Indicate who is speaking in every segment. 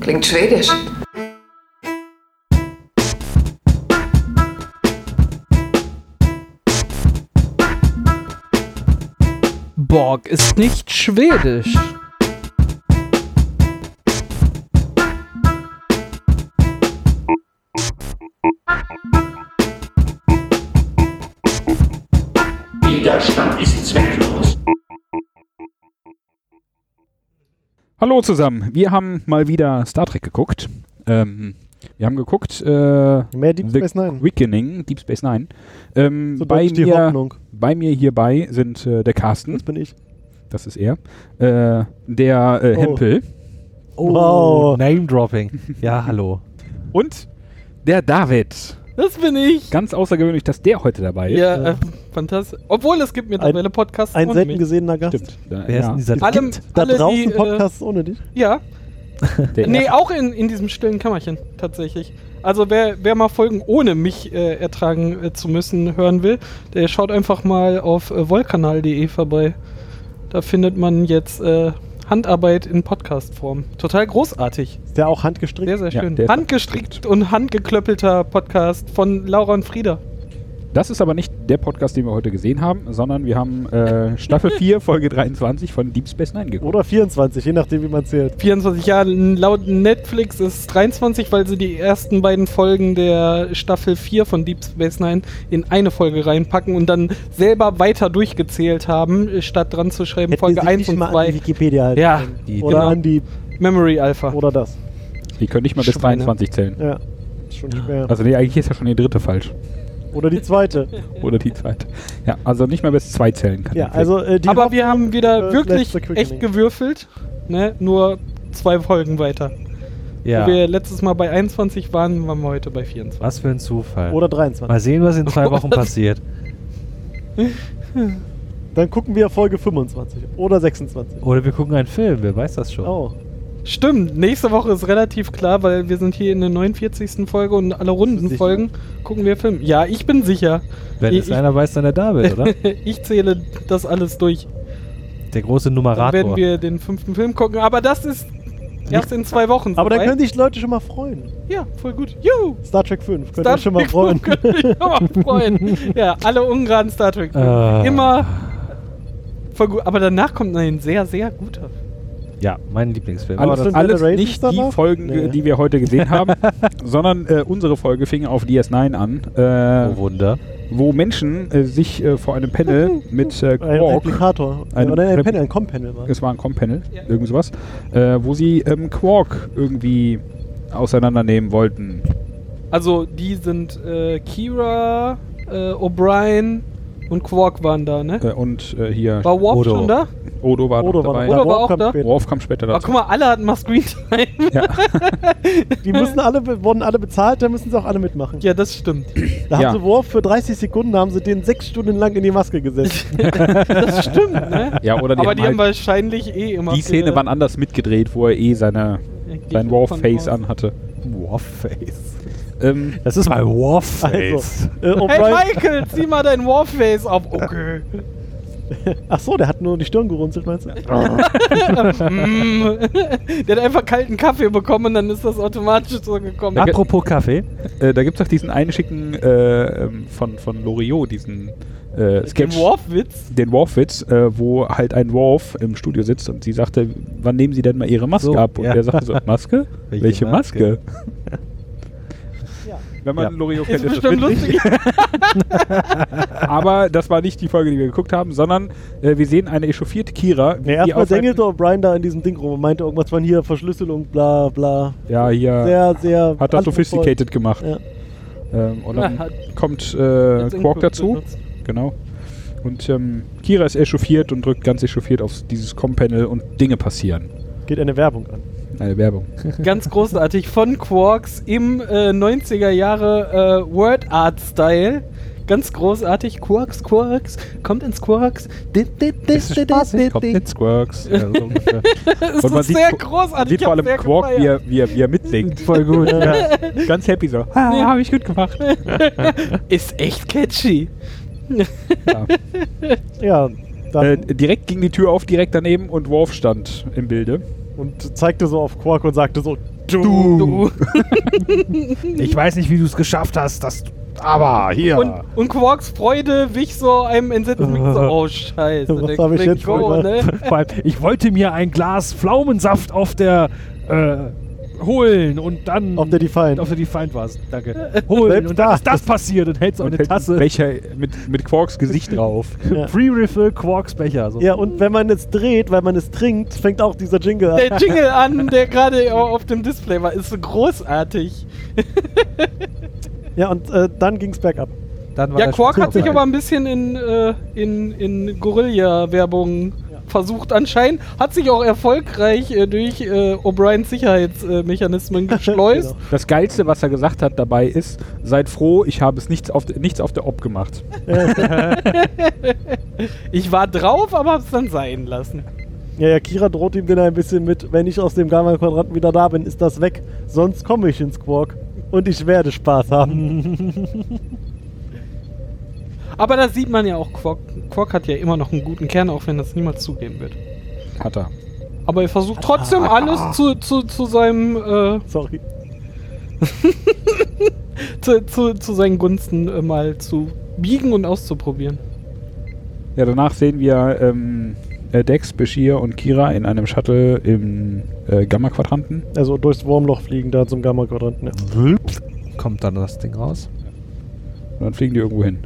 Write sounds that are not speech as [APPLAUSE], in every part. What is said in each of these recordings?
Speaker 1: Klingt schwedisch.
Speaker 2: Borg ist nicht schwedisch.
Speaker 3: Widerstand ist zwecklos.
Speaker 4: Hallo zusammen, wir haben mal wieder Star Trek geguckt. Ähm, wir haben geguckt äh,
Speaker 5: Mehr Deep
Speaker 4: The
Speaker 5: Space Nine.
Speaker 4: Quickening, Deep Space Nine. Ähm,
Speaker 5: So
Speaker 4: bei,
Speaker 5: deutlich die
Speaker 4: mir,
Speaker 5: Hoffnung.
Speaker 4: bei mir hierbei sind äh, der Carsten,
Speaker 5: Das bin ich.
Speaker 4: das ist er, äh, der äh,
Speaker 5: Oh.
Speaker 4: Hempel
Speaker 6: Oh,
Speaker 5: Wow.
Speaker 6: Name-Dropping. Ja, hallo.
Speaker 4: und der David.
Speaker 7: Das bin ich.
Speaker 4: Ganz außergewöhnlich, dass der heute dabei ist.
Speaker 7: Ja, äh, fantastisch. Obwohl es gibt mittlerweile Podcasts
Speaker 5: Ein
Speaker 7: ohne
Speaker 5: selten
Speaker 7: mich.
Speaker 5: gesehener Gast.
Speaker 4: Stimmt. Da,
Speaker 6: Wer ist
Speaker 4: ja.
Speaker 6: denn dieser
Speaker 7: Alle-
Speaker 6: Kind?
Speaker 5: Da
Speaker 7: alle,
Speaker 5: draußen
Speaker 7: die, äh,
Speaker 5: Podcasts ohne dich.
Speaker 7: Ja,
Speaker 4: der
Speaker 7: nee,
Speaker 4: erste-
Speaker 7: auch in, in diesem stillen Kämmerchen tatsächlich. Also wer, wer mal Folgen ohne mich äh, ertragen äh, zu müssen hören will, der schaut einfach mal auf äh, wollkanal.de vorbei. Da findet man jetzt äh, Handarbeit in Podcastform. Total großartig.
Speaker 5: Ist der auch handgestrickt?
Speaker 7: Sehr, sehr
Speaker 4: Ja,
Speaker 7: schön.
Speaker 4: der ist
Speaker 7: Handgestrickt und handgeklöppelter Podcast von Laura und Frieda.
Speaker 4: Das ist aber nicht der Podcast, den wir heute gesehen haben, sondern wir haben äh,
Speaker 5: [LAUGHS]
Speaker 4: Staffel 4, Folge 23 von Deep Space Nine geguckt.
Speaker 5: Oder 24, je nachdem, wie man zählt.
Speaker 7: 24 Jahre. Laut Netflix ist es 23, weil sie die ersten beiden Folgen der Staffel 4 von Deep Space Nine in eine Folge reinpacken und dann selber weiter durchgezählt haben, äh, statt dran zu schreiben
Speaker 5: Hätten
Speaker 7: Folge
Speaker 5: die sich
Speaker 7: 1
Speaker 5: nicht
Speaker 7: und
Speaker 5: mal An die
Speaker 7: 2.
Speaker 5: Wikipedia halten
Speaker 7: Ja,
Speaker 5: können.
Speaker 6: die-
Speaker 5: Oder
Speaker 7: genau.
Speaker 5: an die.
Speaker 7: Memory Alpha.
Speaker 5: Oder das. Oh.
Speaker 4: Die können nicht mal bis
Speaker 7: Schweine.
Speaker 4: 23 zählen.
Speaker 5: Ja. Ist Schon schwer.
Speaker 4: Also nee, eigentlich ist ja schon die dritte falsch.
Speaker 5: Oder die zweite.
Speaker 4: Oder die zweite. Ja, also nicht mal bis zwei zählen kann.
Speaker 5: ja,
Speaker 4: der
Speaker 5: also äh, die.
Speaker 7: Aber wir haben wieder
Speaker 5: äh,
Speaker 7: wirklich
Speaker 5: letzte Quickening.
Speaker 7: echt gewürfelt, ne? Nur zwei Folgen weiter.
Speaker 6: Ja.
Speaker 7: Wo wir letztes Mal bei 21 waren, waren wir heute bei 24.
Speaker 6: Was für ein Zufall.
Speaker 5: oder
Speaker 6: Mal
Speaker 5: 23.
Speaker 6: sehen, was in zwei Wochen passiert.
Speaker 5: Dann gucken wir Folge 25. Oder 26.
Speaker 6: Oder wir gucken einen Film, wer weiß das schon.
Speaker 5: Oh.
Speaker 7: Stimmt, nächste Woche ist relativ klar, weil wir sind hier in der 49. Folge und alle runden
Speaker 5: Sicher?
Speaker 7: Folgen gucken wir Film. Ja, ich bin sicher.
Speaker 6: Wenn
Speaker 7: ich,
Speaker 6: es einer weiß, dann der
Speaker 7: [LAUGHS]
Speaker 6: David, oder?
Speaker 7: ich zähle das alles durch.
Speaker 6: Der große
Speaker 7: Dann werden
Speaker 6: Numerator.
Speaker 7: wir den fünften Film gucken, aber das ist erst in zwei Wochen.
Speaker 5: Aber dann
Speaker 7: vorbei.
Speaker 5: können sich Leute schon mal freuen.
Speaker 7: Ja, voll gut.
Speaker 6: [LAUGHS]
Speaker 7: Juhu!
Speaker 5: Star Trek 5. Könnt ihr
Speaker 7: Star
Speaker 5: euch schon mal
Speaker 7: Trek
Speaker 5: freuen.
Speaker 7: könnt ihr euch schon mal freuen. Ja, alle ungeraden Star Trek.
Speaker 6: Äh.
Speaker 7: Immer voll gut. Aber danach kommt ein sehr, sehr guter.
Speaker 6: Ja, mein Lieblingsfilm. Oh,
Speaker 5: Aber
Speaker 4: Alles,
Speaker 5: das sind
Speaker 4: alles
Speaker 5: Generations
Speaker 4: nicht die
Speaker 5: danach?
Speaker 4: Folgen,
Speaker 5: Nee.
Speaker 4: die wir heute gesehen haben, sondern äh, unsere Folge fing auf DS9 an, äh,
Speaker 6: oh Wunder.
Speaker 4: wo Menschen äh, sich äh, vor einem Panel mit äh,
Speaker 5: Ein
Speaker 4: Quark,
Speaker 5: Replikator.
Speaker 4: Ein
Speaker 5: oder ein
Speaker 4: Repli-
Speaker 5: Panel, ein Com-Panel war.
Speaker 4: es war ein Com-Panel,
Speaker 7: Ja.
Speaker 4: irgend sowas, äh, wo sie ähm, Quark irgendwie auseinandernehmen wollten.
Speaker 7: Also die sind äh, Kira, äh, O'Brien und Quark waren da, ne?
Speaker 4: Äh, und äh, hier
Speaker 7: War Warp
Speaker 6: Odo.
Speaker 7: schon da?
Speaker 4: Odo war
Speaker 5: Oder
Speaker 4: noch dabei.
Speaker 7: Odo
Speaker 5: war,
Speaker 7: war auch da?
Speaker 5: später.
Speaker 4: Worf kam später
Speaker 7: Ah,
Speaker 4: dazu.
Speaker 7: guck mal, alle hatten mal Screentime.
Speaker 5: Die
Speaker 4: [LAUGHS]
Speaker 5: müssen alle, be- wurden alle bezahlt, da müssen sie auch alle mitmachen.
Speaker 7: ja, das stimmt.
Speaker 5: Da
Speaker 4: Ja.
Speaker 5: haben sie Worf für 30 Sekunden, haben sie den sechs Stunden lang in die
Speaker 4: [LAUGHS]
Speaker 5: Maske gesetzt.
Speaker 7: Das stimmt, ne?
Speaker 4: ja, oder die
Speaker 7: Aber
Speaker 4: haben
Speaker 7: die haben
Speaker 4: halt
Speaker 7: wahrscheinlich eh immer...
Speaker 4: die Szene wann anders mitgedreht, wo er eh seine, sein Worf-Face anhatte.
Speaker 6: Warface.
Speaker 4: Ähm,
Speaker 6: Das ist mein Warface.
Speaker 5: Also, äh,
Speaker 7: Hey
Speaker 5: O'Brien.
Speaker 7: Michael, zieh mal dein Warface auf.
Speaker 4: [LAUGHS]
Speaker 7: Okay.
Speaker 5: Ach so, der hat nur die Stirn gerunzelt, meinst du?
Speaker 7: Mm. Der hat einfach kalten Kaffee bekommen und dann ist das automatisch so gekommen.
Speaker 4: Ja, ge-
Speaker 6: Apropos Kaffee.
Speaker 4: äh, da gibt es doch diesen einen schicken äh, ähm, von, von Loriot, diesen äh,
Speaker 7: Den
Speaker 4: Sketch.
Speaker 7: Warf-Witz?
Speaker 4: den Worf-Witz, äh, wo halt ein Worf im Studio sitzt und sie sagte, wann nehmen Sie denn mal Ihre Maske
Speaker 6: So,
Speaker 4: ab? Und
Speaker 6: ja.
Speaker 4: er
Speaker 6: [LAUGHS]
Speaker 4: sagte so, Maske? Welche,
Speaker 6: Welche
Speaker 4: Maske?
Speaker 6: Maske?
Speaker 7: [LAUGHS]
Speaker 5: Ja.
Speaker 4: Wenn man
Speaker 6: Ja.
Speaker 4: Loriot kennt,
Speaker 7: Ist
Speaker 4: ist das
Speaker 7: bestimmt [LAUGHS]
Speaker 4: witzig.
Speaker 7: lustig.
Speaker 4: Aber das war nicht die Folge, die wir geguckt haben, sondern äh, wir sehen eine echauffierte Kira. wie
Speaker 5: Nee,
Speaker 4: die
Speaker 5: erstmal
Speaker 4: auf ein-
Speaker 5: dängelte O'Brien da in diesem Ding rum und meinte irgendwas von hier Verschlüsselung, bla bla.
Speaker 4: Ja, hier
Speaker 5: Sehr, sehr.
Speaker 4: hat das
Speaker 5: anspruchsvoll.
Speaker 4: sophisticated gemacht.
Speaker 5: Ja.
Speaker 4: Ähm, und dann
Speaker 7: Ja, hat-
Speaker 4: kommt äh,
Speaker 7: Jetzt
Speaker 4: Quark
Speaker 7: Input
Speaker 4: dazu.
Speaker 7: benutzt.
Speaker 4: Genau. Und ähm, Kira ist echauffiert und drückt ganz echauffiert auf dieses Com-Panel und Dinge passieren.
Speaker 5: Geht eine Werbung an.
Speaker 4: Eine
Speaker 6: [LAUGHS]
Speaker 4: Werbung.
Speaker 7: Ganz großartig von Quarks im äh, 90er Jahre äh, Word Art Style. Ganz großartig. Quarks, Quarks, kommt ins Quarks. Dit, dit, dit, dit, dit,
Speaker 4: Kommt
Speaker 7: dit.
Speaker 4: mit Also Squirks.
Speaker 7: [LAUGHS]
Speaker 6: Ja, so ungefähr.
Speaker 7: Es
Speaker 4: Und man
Speaker 7: ist
Speaker 4: sieht
Speaker 7: sehr
Speaker 4: Qu-
Speaker 7: großartig.
Speaker 4: Sieht
Speaker 7: ich
Speaker 4: vor
Speaker 7: hab's
Speaker 4: allem
Speaker 7: sehr
Speaker 4: Quark, wie
Speaker 7: gefeiert.
Speaker 4: er, wie, er, wie er mitsingt.
Speaker 6: Voll
Speaker 5: [LAUGHS]
Speaker 6: gut. Ja.
Speaker 4: [LAUGHS] Ganz happy so. Ha,
Speaker 7: Ja.
Speaker 4: hab ich gut gemacht.
Speaker 7: Ist echt catchy.
Speaker 4: Ja.
Speaker 5: Ja, dann,
Speaker 4: Äh, direkt ging die Tür auf, direkt daneben und Worf stand im Bilde.
Speaker 5: und zeigte so auf Quark und sagte so,
Speaker 7: Du.
Speaker 6: [LAUGHS] Ich weiß nicht, wie du es geschafft hast, das. Aber hier.
Speaker 7: Und, und Quarks Freude wich so einem Entsetzen mit so, oh scheiße.
Speaker 5: Was
Speaker 7: der
Speaker 5: hab ich
Speaker 7: Click
Speaker 5: jetzt
Speaker 7: Go,
Speaker 5: gemacht?
Speaker 7: ne?
Speaker 6: Vor allem, ich wollte mir ein Glas Pflaumensaft auf der äh, holen und dann
Speaker 5: Auf der Defiant.
Speaker 6: auf der Defiant war es, danke. Holen
Speaker 5: Selbst
Speaker 6: und dann
Speaker 5: da.
Speaker 6: ist das passiert und hältst auf
Speaker 4: Und
Speaker 6: eine
Speaker 4: hält
Speaker 6: Tasse.
Speaker 4: einen Becher mit, mit Quarks
Speaker 7: [LAUGHS]
Speaker 4: Gesicht drauf.
Speaker 6: [LAUGHS]
Speaker 5: Ja.
Speaker 6: Free Refill Quarks Becher. So.
Speaker 5: Ja, und wenn man es dreht, weil man es trinkt, fängt auch dieser Jingle an.
Speaker 7: Der
Speaker 4: [LAUGHS]
Speaker 7: Jingle an, der gerade au- auf dem Display war, ist so großartig.
Speaker 5: Ja, und äh, dann ging es bergab.
Speaker 6: Dann war
Speaker 7: Ja,
Speaker 6: das
Speaker 7: Quark
Speaker 6: Spiel
Speaker 7: hat sich aber
Speaker 6: vorbei.
Speaker 7: ein bisschen in, äh, in, in Guerilla-Werbung versucht. Anscheinend hat sich auch erfolgreich äh, durch äh, O'Briens
Speaker 5: [LAUGHS]
Speaker 7: Sicherheitsmechanismen geschleust.
Speaker 5: Genau.
Speaker 4: Das Geilste, was er gesagt hat dabei ist, seid froh, ich habe es nichts auf, nichts auf der Ob gemacht.
Speaker 7: Ich war drauf, aber hab's dann sein lassen.
Speaker 5: Ja, ja, Kira droht ihm den ein bisschen mit, wenn ich aus dem Gamma-Quadranten wieder da bin, ist das weg. Sonst komme ich ins Quark. Und ich werde Spaß haben.
Speaker 7: Aber da sieht man ja auch, Quark, Quark hat ja immer noch einen guten Kern, auch wenn das niemals zugeben wird.
Speaker 4: Hat er.
Speaker 7: Aber er versucht trotzdem alles zu, zu, zu seinem äh,
Speaker 5: Sorry.
Speaker 7: zu, zu, zu seinen Gunsten äh, mal zu biegen und auszuprobieren.
Speaker 4: Ja, danach sehen wir ähm, äh, Dex, Bashir und Kira in einem Shuttle im äh, Gamma-Quadranten.
Speaker 5: Also durchs Wurmloch fliegen da zum ne. Gamma-Quadranten. Ja.
Speaker 6: Kommt dann das Ding raus.
Speaker 4: Und dann fliegen die irgendwo hin.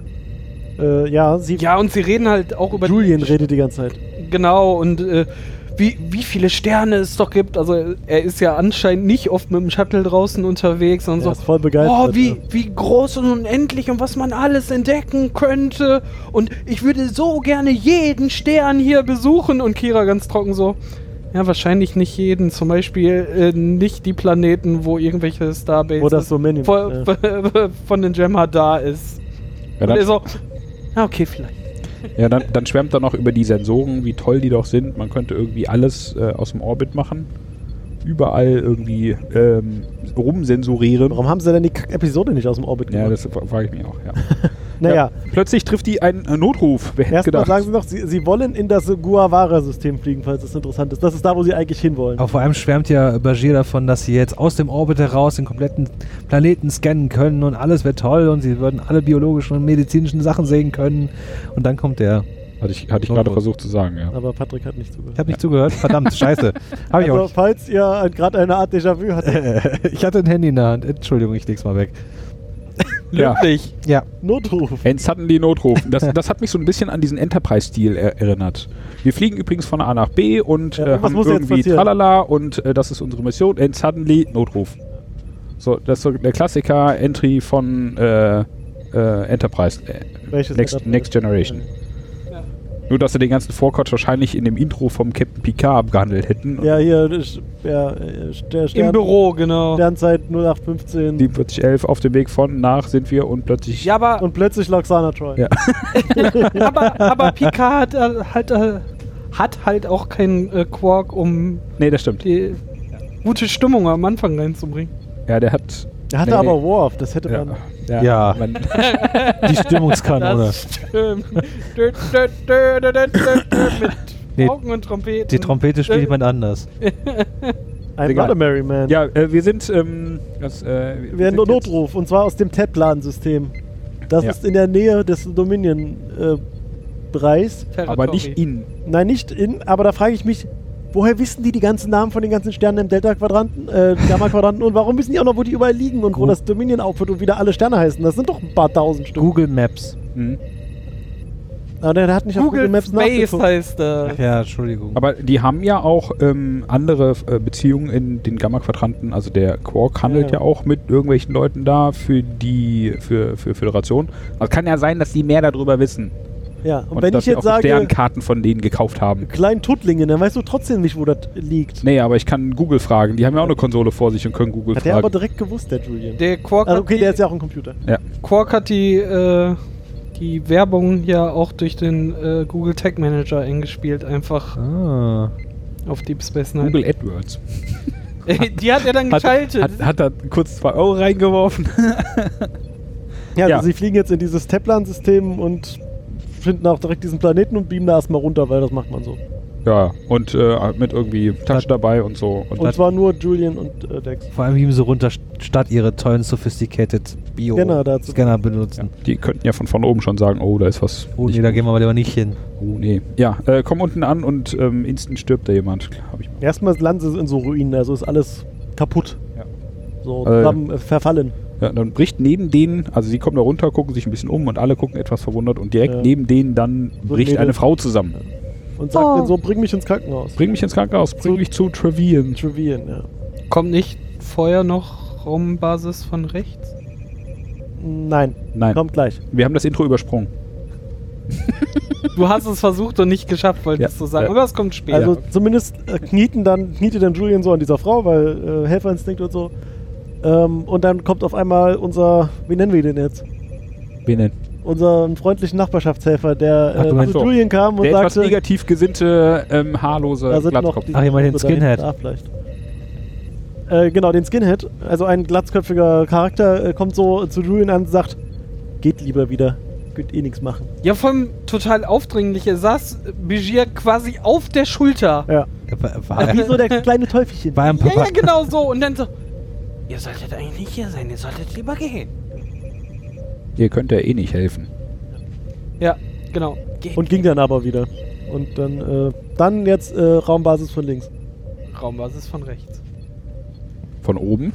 Speaker 5: Äh, ja, sie.
Speaker 7: Ja, und sie reden halt auch über
Speaker 5: Julian redet die ganze Zeit.
Speaker 7: Genau, und äh, wie, wie viele Sterne es doch gibt. Also äh, er ist ja anscheinend nicht oft mit dem Shuttle draußen unterwegs und
Speaker 5: Er
Speaker 7: so.
Speaker 5: ist voll begeistert,
Speaker 7: Oh, wie,
Speaker 5: ja.
Speaker 7: wie groß und unendlich und was man alles entdecken könnte. Und ich würde so gerne jeden Stern hier besuchen. Und Kira ganz trocken so. Ja, wahrscheinlich nicht jeden. Zum Beispiel äh, nicht die Planeten, wo irgendwelche Starbases
Speaker 5: Wo das so Menü.
Speaker 7: von,
Speaker 5: Ja.
Speaker 7: [LAUGHS] von den Gemhard da ist.
Speaker 4: Ja,
Speaker 7: Und er
Speaker 4: dann,
Speaker 7: so, ja, okay, vielleicht.
Speaker 4: ja, dann, dann schwärmt er noch über die Sensoren, wie toll die doch sind. Man könnte irgendwie alles äh, aus dem Orbit machen. Überall irgendwie ähm, rumsensorieren.
Speaker 5: Warum haben sie denn die Kack Episode nicht aus dem Orbit
Speaker 4: Ja,
Speaker 5: gemacht?
Speaker 4: das fra- frage ich mich auch, ja.
Speaker 5: naja,
Speaker 4: Plötzlich trifft die einen äh, Notruf. Wer hätte
Speaker 5: erstmal
Speaker 4: gedacht?
Speaker 5: sagen sie noch, sie, sie wollen in das Guavara-System fliegen, falls das interessant ist. Das ist da, wo sie eigentlich hinwollen.
Speaker 6: Aber vor allem schwärmt ja Bajir davon, dass sie jetzt aus dem Orbit heraus den kompletten Planeten scannen können und alles wäre toll und sie würden alle biologischen und medizinischen Sachen sehen können. Und dann kommt der.
Speaker 4: Hatte ich, hatte ich gerade
Speaker 6: Notruf.
Speaker 4: versucht zu sagen, ja.
Speaker 5: Aber Patrick hat nicht zugehört.
Speaker 6: Ich habe nicht zugehört. Verdammt, scheiße. Hab ich
Speaker 5: Also,
Speaker 6: auch nicht.
Speaker 5: falls ihr ein- gerade eine Art Déjà-vu hattet,
Speaker 6: Ich hatte ein Handy in der Hand. Entschuldigung, ich leg's mal weg.
Speaker 4: ja.
Speaker 7: Wirklich.
Speaker 6: Ja.
Speaker 5: Notruf.
Speaker 4: And suddenly Notruf. Das, das hat mich so ein bisschen an diesen Enterprise-Stil er erinnert. Wir fliegen übrigens von A nach B und
Speaker 5: Ja,
Speaker 4: äh,
Speaker 5: irgendwas
Speaker 4: haben
Speaker 5: muss jetzt
Speaker 4: irgendwie
Speaker 5: passieren.
Speaker 4: Tralala und äh, das ist unsere Mission. And suddenly Notruf. So, das ist so der Klassiker Entry von äh, äh, Enterprise. Äh,
Speaker 5: Welches
Speaker 4: Next,
Speaker 5: Enterprise?
Speaker 4: Next Generation. Nur, dass sie den ganzen Vorkotsch wahrscheinlich in dem Intro vom Captain Picard abgehandelt hätten.
Speaker 5: Ja, hier, sch- ja, äh, der Stern,
Speaker 7: Im Büro, genau.
Speaker 5: Sternzeit 0815.
Speaker 4: 4711 auf dem Weg von nach sind wir und plötzlich
Speaker 7: Ja, aber,
Speaker 5: Und plötzlich Loxana Troy.
Speaker 4: Ja.
Speaker 7: aber, aber Picard hat äh, halt, äh, hat halt auch keinen äh, Quark, um
Speaker 4: Nee, das stimmt.
Speaker 7: die gute Stimmung am Anfang reinzubringen.
Speaker 4: Ja, der hat.
Speaker 5: Er hatte
Speaker 4: Nee.
Speaker 5: aber Worf, das hätte
Speaker 4: Ja.
Speaker 5: man.
Speaker 4: Ja.
Speaker 6: Ja.
Speaker 4: Man,
Speaker 6: Die Stimmungskanone.
Speaker 7: stimmt. Ähm, Dö, dö, dö, dö, dö, dö, dö, [LAUGHS] mit
Speaker 6: Nee,
Speaker 7: Pauken und Trompeten. Äh,
Speaker 6: Die Trompete spielt jemand anders.
Speaker 5: I'm
Speaker 4: Egal.
Speaker 5: not a merry man.
Speaker 4: ja äh, wir sind. Ähm, das, äh, wir
Speaker 5: Wir haben
Speaker 4: sind
Speaker 5: einen Notruf, und zwar aus dem Teplan-System. Das
Speaker 4: Ja.
Speaker 5: ist in der Nähe des Dominion-Bereichs.
Speaker 4: Jetzt, aber nicht
Speaker 7: ihn.
Speaker 4: ihn.
Speaker 5: Nein, nicht in, aber da frage ich mich, woher wissen die die ganzen Namen von den ganzen Sternen im Delta-Quadranten, äh, Gamma-Quadranten und warum wissen die auch noch, wo die überall liegen und wo
Speaker 6: Gru-
Speaker 5: das Dominion aufhört und wie da alle Sterne heißen? Das sind doch ein paar tausend Stück.
Speaker 6: Google Maps.
Speaker 4: Mhm.
Speaker 5: Aber der hat nicht auf Google
Speaker 7: Google
Speaker 5: Maps
Speaker 7: Space
Speaker 4: halt.
Speaker 5: nachgeguckt.
Speaker 7: heißt er.
Speaker 6: Ach ja, Entschuldigung.
Speaker 4: Aber die haben ja auch ähm, andere äh, Beziehungen in den Gamma-Quadranten. Also der Quark handelt
Speaker 5: Ja.
Speaker 4: ja. auch mit irgendwelchen Leuten da für die für, für Föderation. Also kann ja sein, dass die mehr darüber wissen.
Speaker 5: Ja, und, wenn
Speaker 4: dass
Speaker 5: ich
Speaker 4: wir
Speaker 5: jetzt
Speaker 4: auch
Speaker 5: sage,
Speaker 4: Sternkarten von denen gekauft haben.
Speaker 5: kleinen Tuttlingen, dann weißt du trotzdem nicht, wo das liegt.
Speaker 4: Nee, aber ich kann Google fragen. Die haben ja auch eine Konsole vor sich und können Google
Speaker 5: Hat der aber
Speaker 4: fragen.
Speaker 5: direkt gewusst, der Julian.
Speaker 7: Der Quark,
Speaker 5: Also okay,
Speaker 7: hat die,
Speaker 5: der ist ja auch ein Computer.
Speaker 7: Quark hat die, äh, die Werbung ja auch durch den äh, Google Tag Manager eingespielt, einfach
Speaker 6: Ah.
Speaker 7: auf Deep Space Nine.
Speaker 4: Google AdWords.
Speaker 7: [LAUGHS] Die hat er dann
Speaker 4: Hat,
Speaker 7: geschaltet.
Speaker 4: hat, hat er kurz 2 Euro reingeworfen.
Speaker 5: Ja,
Speaker 4: Ja.
Speaker 5: Also sie fliegen jetzt in dieses Teplan-System und finden auch direkt diesen Planeten und beamen da erstmal runter, weil das macht man so.
Speaker 4: Ja, und äh, mit irgendwie Tasche dabei und so. Und
Speaker 5: Und zwar nur Julian und äh, Dex.
Speaker 6: Vor allem hieven sie runter, statt ihre tollen Sophisticated
Speaker 5: Scanner dazu.
Speaker 6: Bio-Scanner benutzen.
Speaker 4: die könnten ja von vorne oben schon sagen, oh, da ist was.
Speaker 6: Oh
Speaker 4: nicht
Speaker 6: nee, da
Speaker 4: gut.
Speaker 6: gehen wir aber lieber nicht hin.
Speaker 4: Oh nee. Ja, äh, komm unten an und ähm, instant stirbt da jemand. Hab ich mal.
Speaker 5: Erstmal landen sie in so Ruinen, also ist alles kaputt.
Speaker 4: Ja.
Speaker 5: So,
Speaker 4: Äh.
Speaker 5: haben, äh, verfallen.
Speaker 4: Ja, dann bricht neben denen, also sie kommen da runter, gucken sich ein bisschen um und alle gucken etwas verwundert und direkt
Speaker 5: Ja.
Speaker 4: neben denen dann
Speaker 5: So ein
Speaker 4: bricht
Speaker 5: Mädel.
Speaker 4: eine Frau zusammen.
Speaker 5: Und sagt dann so, bring mich ins Krankenhaus.
Speaker 4: Bring mich ins Krankenhaus, bring
Speaker 5: Zu-
Speaker 4: mich zu Trevian.
Speaker 5: Trivian, ja.
Speaker 7: Kommt nicht vorher noch Raumbasis von rechts?
Speaker 5: Nein,
Speaker 4: Nein,
Speaker 5: kommt gleich.
Speaker 4: wir haben das Intro übersprungen.
Speaker 7: Du hast es versucht und nicht geschafft, wolltest
Speaker 4: Ja,
Speaker 7: du sagen.
Speaker 4: ja.
Speaker 7: Aber es kommt später.
Speaker 5: Also zumindest äh, knieten dann, kniete dann Julian so an dieser Frau, weil äh, Helferinstinkt und so. Ähm, und dann kommt auf einmal unser, wie nennen wir den jetzt?
Speaker 4: Wen denn?
Speaker 5: Unseren freundlichen Nachbarschaftshelfer, der
Speaker 6: Ach, du
Speaker 5: äh,
Speaker 6: meinst
Speaker 5: zu
Speaker 4: so.
Speaker 5: Julian kam und
Speaker 4: Der etwas
Speaker 5: sagte,
Speaker 4: negativ gesinnte, ähm, haarlose
Speaker 5: da sind noch
Speaker 4: Glatzkopf.
Speaker 5: die,
Speaker 6: Ach, ihr meint den
Speaker 5: oder hinten
Speaker 6: Skinhead.
Speaker 5: da vielleicht. Äh, genau, den Skinhead, also ein glatzköpfiger Charakter, äh, kommt so zu Julian an und sagt, geht lieber wieder, könnt eh nichts machen.
Speaker 7: ja, vor allem total aufdringlich. Er saß Begier quasi auf der Schulter.
Speaker 5: Ja.
Speaker 6: War, war,
Speaker 5: Äh, Wie so
Speaker 6: [LAUGHS]
Speaker 5: der kleine Teufelchen.
Speaker 6: war ein
Speaker 7: Ja,
Speaker 6: Papa.
Speaker 7: ja, genau so. Und dann so, ihr solltet eigentlich nicht hier sein, ihr solltet lieber gehen.
Speaker 4: Ihr könnt ja eh nicht helfen.
Speaker 7: Ja, genau. Geht
Speaker 5: Und ging dann aber wieder. Und dann, äh, dann jetzt äh, Raumbasis von links.
Speaker 7: Raumbasis von rechts.
Speaker 4: Von oben.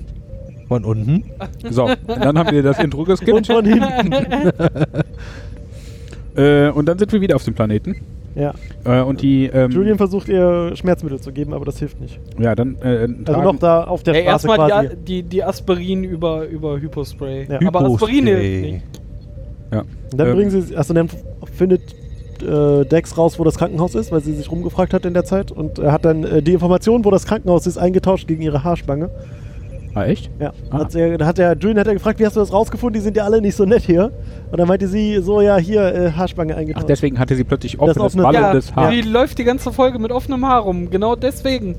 Speaker 6: Von unten.
Speaker 4: So, und dann haben wir das Intro
Speaker 5: Und
Speaker 4: geskippt.
Speaker 5: von hinten.
Speaker 4: äh, und dann sind wir wieder auf dem Planeten.
Speaker 5: Ja.
Speaker 4: Äh, und die, ähm,
Speaker 5: Julian versucht ihr Schmerzmittel zu geben, aber das hilft nicht.
Speaker 4: ja, dann äh,
Speaker 5: Also
Speaker 4: tragen-
Speaker 5: noch da auf der
Speaker 7: Ey,
Speaker 5: Straße
Speaker 7: erstmal
Speaker 5: quasi.
Speaker 7: die, die, die Aspirin über, über Hypospray.
Speaker 5: Ja.
Speaker 7: Aber Aspirin hilft
Speaker 6: Hypospray.
Speaker 7: nicht.
Speaker 4: ja.
Speaker 5: Und dann
Speaker 4: ähm,
Speaker 5: bringen sie, also dann findet äh, Dex raus, wo das Krankenhaus ist, weil sie sich rumgefragt hat in der Zeit und er hat dann äh, die Information, wo das Krankenhaus ist, eingetauscht gegen ihre Haarspange.
Speaker 4: Ah, echt?
Speaker 5: Ja.
Speaker 4: Ah.
Speaker 5: Hat, er, hat er, Julian hat er gefragt, wie hast du das rausgefunden? Die sind ja alle nicht so nett hier. Und dann meinte sie, so ja, hier äh, Haarspange
Speaker 4: Ach,
Speaker 5: eingetauscht.
Speaker 4: deswegen hatte sie plötzlich offenes,
Speaker 5: offene-
Speaker 7: Ja,
Speaker 4: wallendes Haar.
Speaker 7: die läuft die ganze Folge mit offenem Haar rum. Genau deswegen.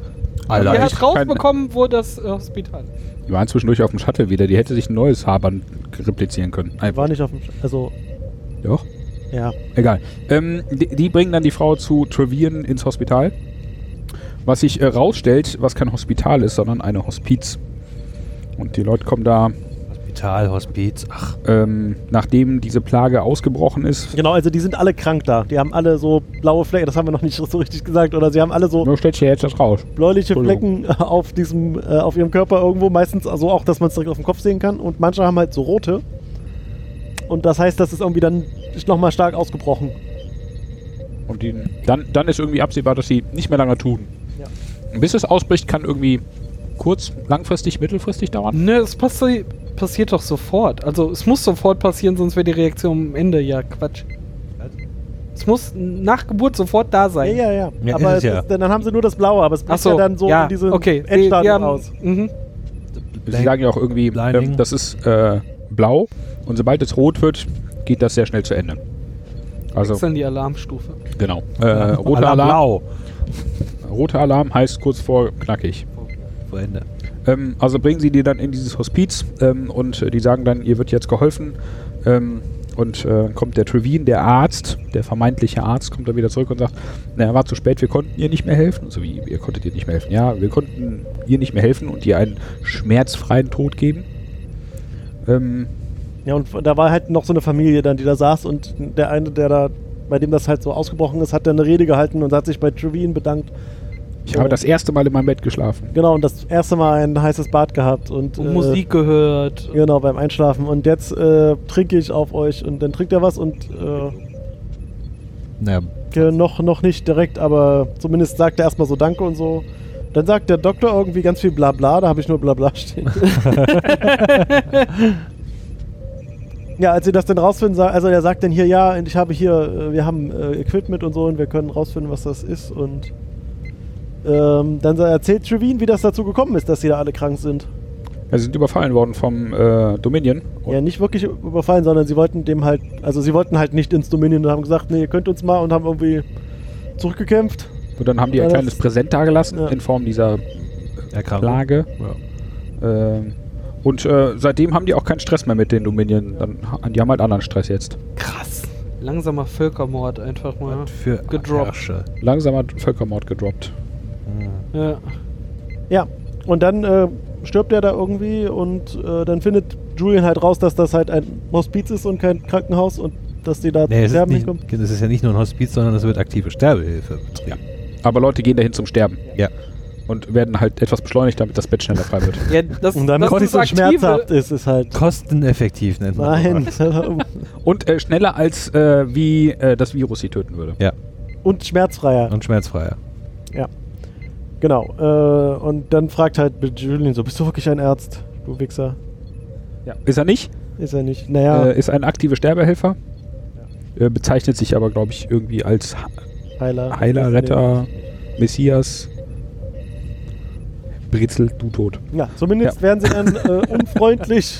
Speaker 4: Alter,
Speaker 7: die
Speaker 4: ich
Speaker 7: hat
Speaker 4: kann-
Speaker 7: rausbekommen, wo das äh, Hospital ist.
Speaker 4: Die waren zwischendurch auf dem Shuttle wieder. Die hätte sich ein neues Haarband replizieren können. Einfach.
Speaker 5: War nicht auf dem, Sch- also
Speaker 4: Doch.
Speaker 5: ja.
Speaker 4: Egal. Ähm, die, die bringen dann die Frau zu Trevian ins Hospital. Was sich äh, rausstellt, was kein Hospital ist, sondern eine Hospiz. Und die Leute kommen da,
Speaker 6: Vital, Hospiz. Ach,
Speaker 4: ähm, nachdem diese Plage ausgebrochen ist.
Speaker 5: Genau, also die sind alle krank da. Die haben alle so blaue Flecken, das haben wir noch nicht [LAUGHS] so richtig gesagt, oder sie haben alle so
Speaker 4: Nur stellt sich ja jetzt das raus.
Speaker 5: bläuliche
Speaker 4: Entschuldigung.
Speaker 5: Flecken auf diesem, äh, auf ihrem Körper irgendwo, meistens so auch, dass man es direkt auf dem Kopf sehen kann. Und manche haben halt so rote. Und das heißt, das ist irgendwie dann nochmal stark ausgebrochen.
Speaker 4: Und die, dann, dann ist irgendwie absehbar, dass sie nicht mehr lange tun.
Speaker 5: Ja.
Speaker 4: Bis es ausbricht, kann irgendwie kurz, langfristig, mittelfristig dauern.
Speaker 7: Ne, es passi passiert doch sofort. Also es muss sofort passieren, sonst wäre die Reaktion am Ende ja Quatsch. Es muss nach Geburt sofort da sein.
Speaker 5: Ja, ja, ja.
Speaker 6: Ja,
Speaker 5: aber
Speaker 6: ist es ja.
Speaker 5: es ist, dann haben sie nur das Blaue, aber es
Speaker 7: Ach
Speaker 5: bricht
Speaker 7: so,
Speaker 5: ja dann so
Speaker 7: ja,
Speaker 5: in diesem
Speaker 7: okay. Sie-
Speaker 5: Endstadium
Speaker 7: sie haben-
Speaker 5: aus.
Speaker 7: Mhm.
Speaker 4: Sie sagen ja auch irgendwie,
Speaker 6: Blinding.
Speaker 4: ähm, das ist äh, blau. Und sobald es rot wird, geht das sehr schnell zu Ende. Also,
Speaker 7: Wechseln die Alarmstufe.
Speaker 4: genau. Äh, roter
Speaker 6: Alarm
Speaker 4: Alarm.
Speaker 6: Blau.
Speaker 4: Roter Alarm heißt kurz vor knackig.
Speaker 6: Vor Ende.
Speaker 4: Ähm, also bringen sie die dann in dieses Hospiz ähm, und äh, die sagen dann, ihr wird jetzt geholfen. Ähm, und äh, kommt der Trevin, der Arzt, der vermeintliche Arzt, kommt dann wieder zurück und sagt, naja, war zu spät, wir konnten ihr nicht mehr helfen. So wie, ihr konntet ihr nicht mehr helfen. Ja, wir konnten ihr nicht mehr helfen und ihr einen schmerzfreien Tod geben. Ähm,
Speaker 5: Ja, und da war halt noch so eine Familie dann, die da saß und der eine, der da, bei dem das halt so ausgebrochen ist, hat dann eine Rede gehalten und hat sich bei Trevin bedankt.
Speaker 4: ich habe das erste Mal in meinem Bett geschlafen.
Speaker 5: Genau, und das erste Mal ein heißes Bad gehabt und,
Speaker 7: Und
Speaker 5: äh,
Speaker 7: Musik gehört.
Speaker 5: Genau, beim Einschlafen. Und jetzt äh, trinke ich auf euch und dann trinkt er was und äh,
Speaker 6: Naja,
Speaker 5: ge- noch, noch nicht direkt, aber zumindest sagt er erstmal so Danke und so. Dann sagt der Doktor irgendwie ganz viel Blabla, da habe ich nur Blabla stehen. ja, als sie das dann rausfinden, sa- also er sagt dann hier, ja, und ich habe hier, äh, wir haben äh, Equipment und so und wir können rausfinden, was das ist. Und ähm, dann sa- erzählt Trevin, wie das dazu gekommen ist, dass sie da alle krank sind.
Speaker 4: Also sie sind überfallen worden vom äh, Dominion. Und
Speaker 5: Ja, nicht wirklich überfallen, sondern sie wollten dem halt, also sie wollten halt nicht ins Dominion und haben gesagt, nee, ihr könnt uns mal und haben irgendwie zurückgekämpft.
Speaker 4: Und dann haben die ein
Speaker 5: Ja, das-
Speaker 4: kleines Präsent dagelassen
Speaker 5: Ja.
Speaker 4: in Form dieser
Speaker 6: Erkrankung.
Speaker 4: Plage. Ähm, und äh, seitdem haben die auch keinen Stress mehr mit den Dominion. Dann, ha- die haben halt anderen Stress jetzt.
Speaker 7: Krass. Langsamer Völkermord einfach mal.
Speaker 6: Für
Speaker 7: Gedroppt.
Speaker 6: Ärsche. Mhm.
Speaker 4: Langsamer Völkermord gedroppt.
Speaker 7: Ja.
Speaker 5: Ja, und dann äh, stirbt er da irgendwie und äh, dann findet Julian halt raus, dass das halt ein Hospiz ist und kein Krankenhaus und dass die da
Speaker 6: Nee,
Speaker 5: zum
Speaker 6: es ist,
Speaker 5: Sterben
Speaker 6: nicht,
Speaker 5: hinkommen.
Speaker 6: es ist ja nicht nur ein Hospiz, sondern es wird aktive Sterbehilfe betrieben.
Speaker 4: Aber Leute gehen dahin zum Sterben
Speaker 6: Ja.
Speaker 4: und werden halt etwas beschleunigt, damit das Bett schneller frei wird.
Speaker 5: [LAUGHS]
Speaker 7: ja das,
Speaker 5: Und damit
Speaker 7: das
Speaker 5: es
Speaker 7: ist
Speaker 5: so schmerzhaft
Speaker 7: aktive.
Speaker 5: ist, ist halt.
Speaker 6: Kosteneffektiv nennt
Speaker 5: [LAUGHS]
Speaker 6: man
Speaker 5: Nein. [LAUGHS]
Speaker 4: Und äh, schneller als äh, wie äh, das Virus sie töten würde.
Speaker 5: und
Speaker 6: das.
Speaker 5: schmerzfreier.
Speaker 6: Und schmerzfreier.
Speaker 5: Genau. Äh, und dann fragt halt Julian so: Bist du wirklich ein Arzt? Du Wichser.
Speaker 4: Ist er nicht?
Speaker 5: Ist er nicht. Naja,
Speaker 4: Äh, ist ein aktiver Sterbehelfer. Äh, bezeichnet sich aber, glaube ich, irgendwie als
Speaker 5: Heiler.
Speaker 4: Heiler, Retter, Messias. Brezel, du tot.
Speaker 5: Ja, zumindest werden sie dann äh, unfreundlich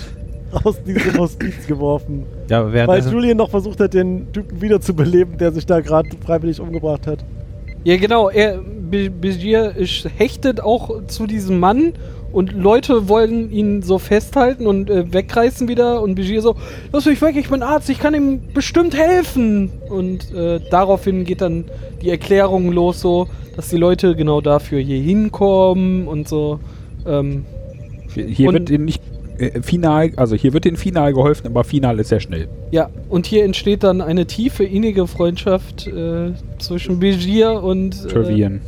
Speaker 5: aus diesem Hospiz geworfen.
Speaker 6: Ja, aber
Speaker 5: Weil
Speaker 4: also
Speaker 6: währenddessen,
Speaker 5: Julian noch versucht hat, den Typen wiederzubeleben, der sich da gerade freiwillig umgebracht hat.
Speaker 7: Ja, genau. Er, Be- Begier ist- hechtet auch zu diesem Mann und Leute wollen ihn so festhalten und äh, wegreißen wieder. Und Begier so: Lass mich weg, ich bin Arzt, ich kann ihm bestimmt helfen. Und äh, daraufhin geht dann die Erklärung los, so dass die Leute genau dafür hier hinkommen und so. Ähm,
Speaker 4: Hier
Speaker 7: Und-
Speaker 4: wird ihnen nicht äh, final, also hier wird ihnen final geholfen, aber final ist sehr schnell.
Speaker 7: Ja, und hier entsteht dann eine tiefe, innige Freundschaft äh, zwischen Begier und äh,
Speaker 4: Trivian.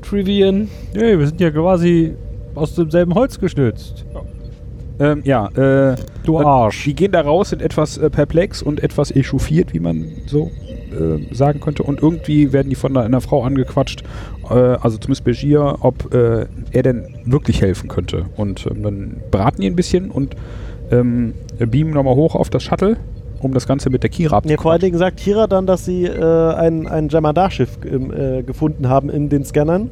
Speaker 7: Trivian.
Speaker 6: hey, wir sind ja quasi aus demselben Holz geschnitzt.
Speaker 4: Ähm, ja, äh,
Speaker 6: Du
Speaker 4: dann-
Speaker 6: Arsch.
Speaker 4: Die gehen da raus, sind etwas äh, perplex und etwas echauffiert, wie man so äh, sagen könnte. Und irgendwie werden die von einer, einer Frau angequatscht, äh, also zumindest Begier, ob äh, er denn wirklich helfen könnte. Und ähm, dann beraten die ein bisschen und ähm, beamen nochmal hoch auf das Shuttle, um das Ganze mit der Kira
Speaker 5: Ja, vor allen
Speaker 4: abzuquatschen.
Speaker 5: Dingen sagt Kira dann, dass sie äh, ein, ein Jamadar-Schiff im, äh, gefunden haben in den Scannern.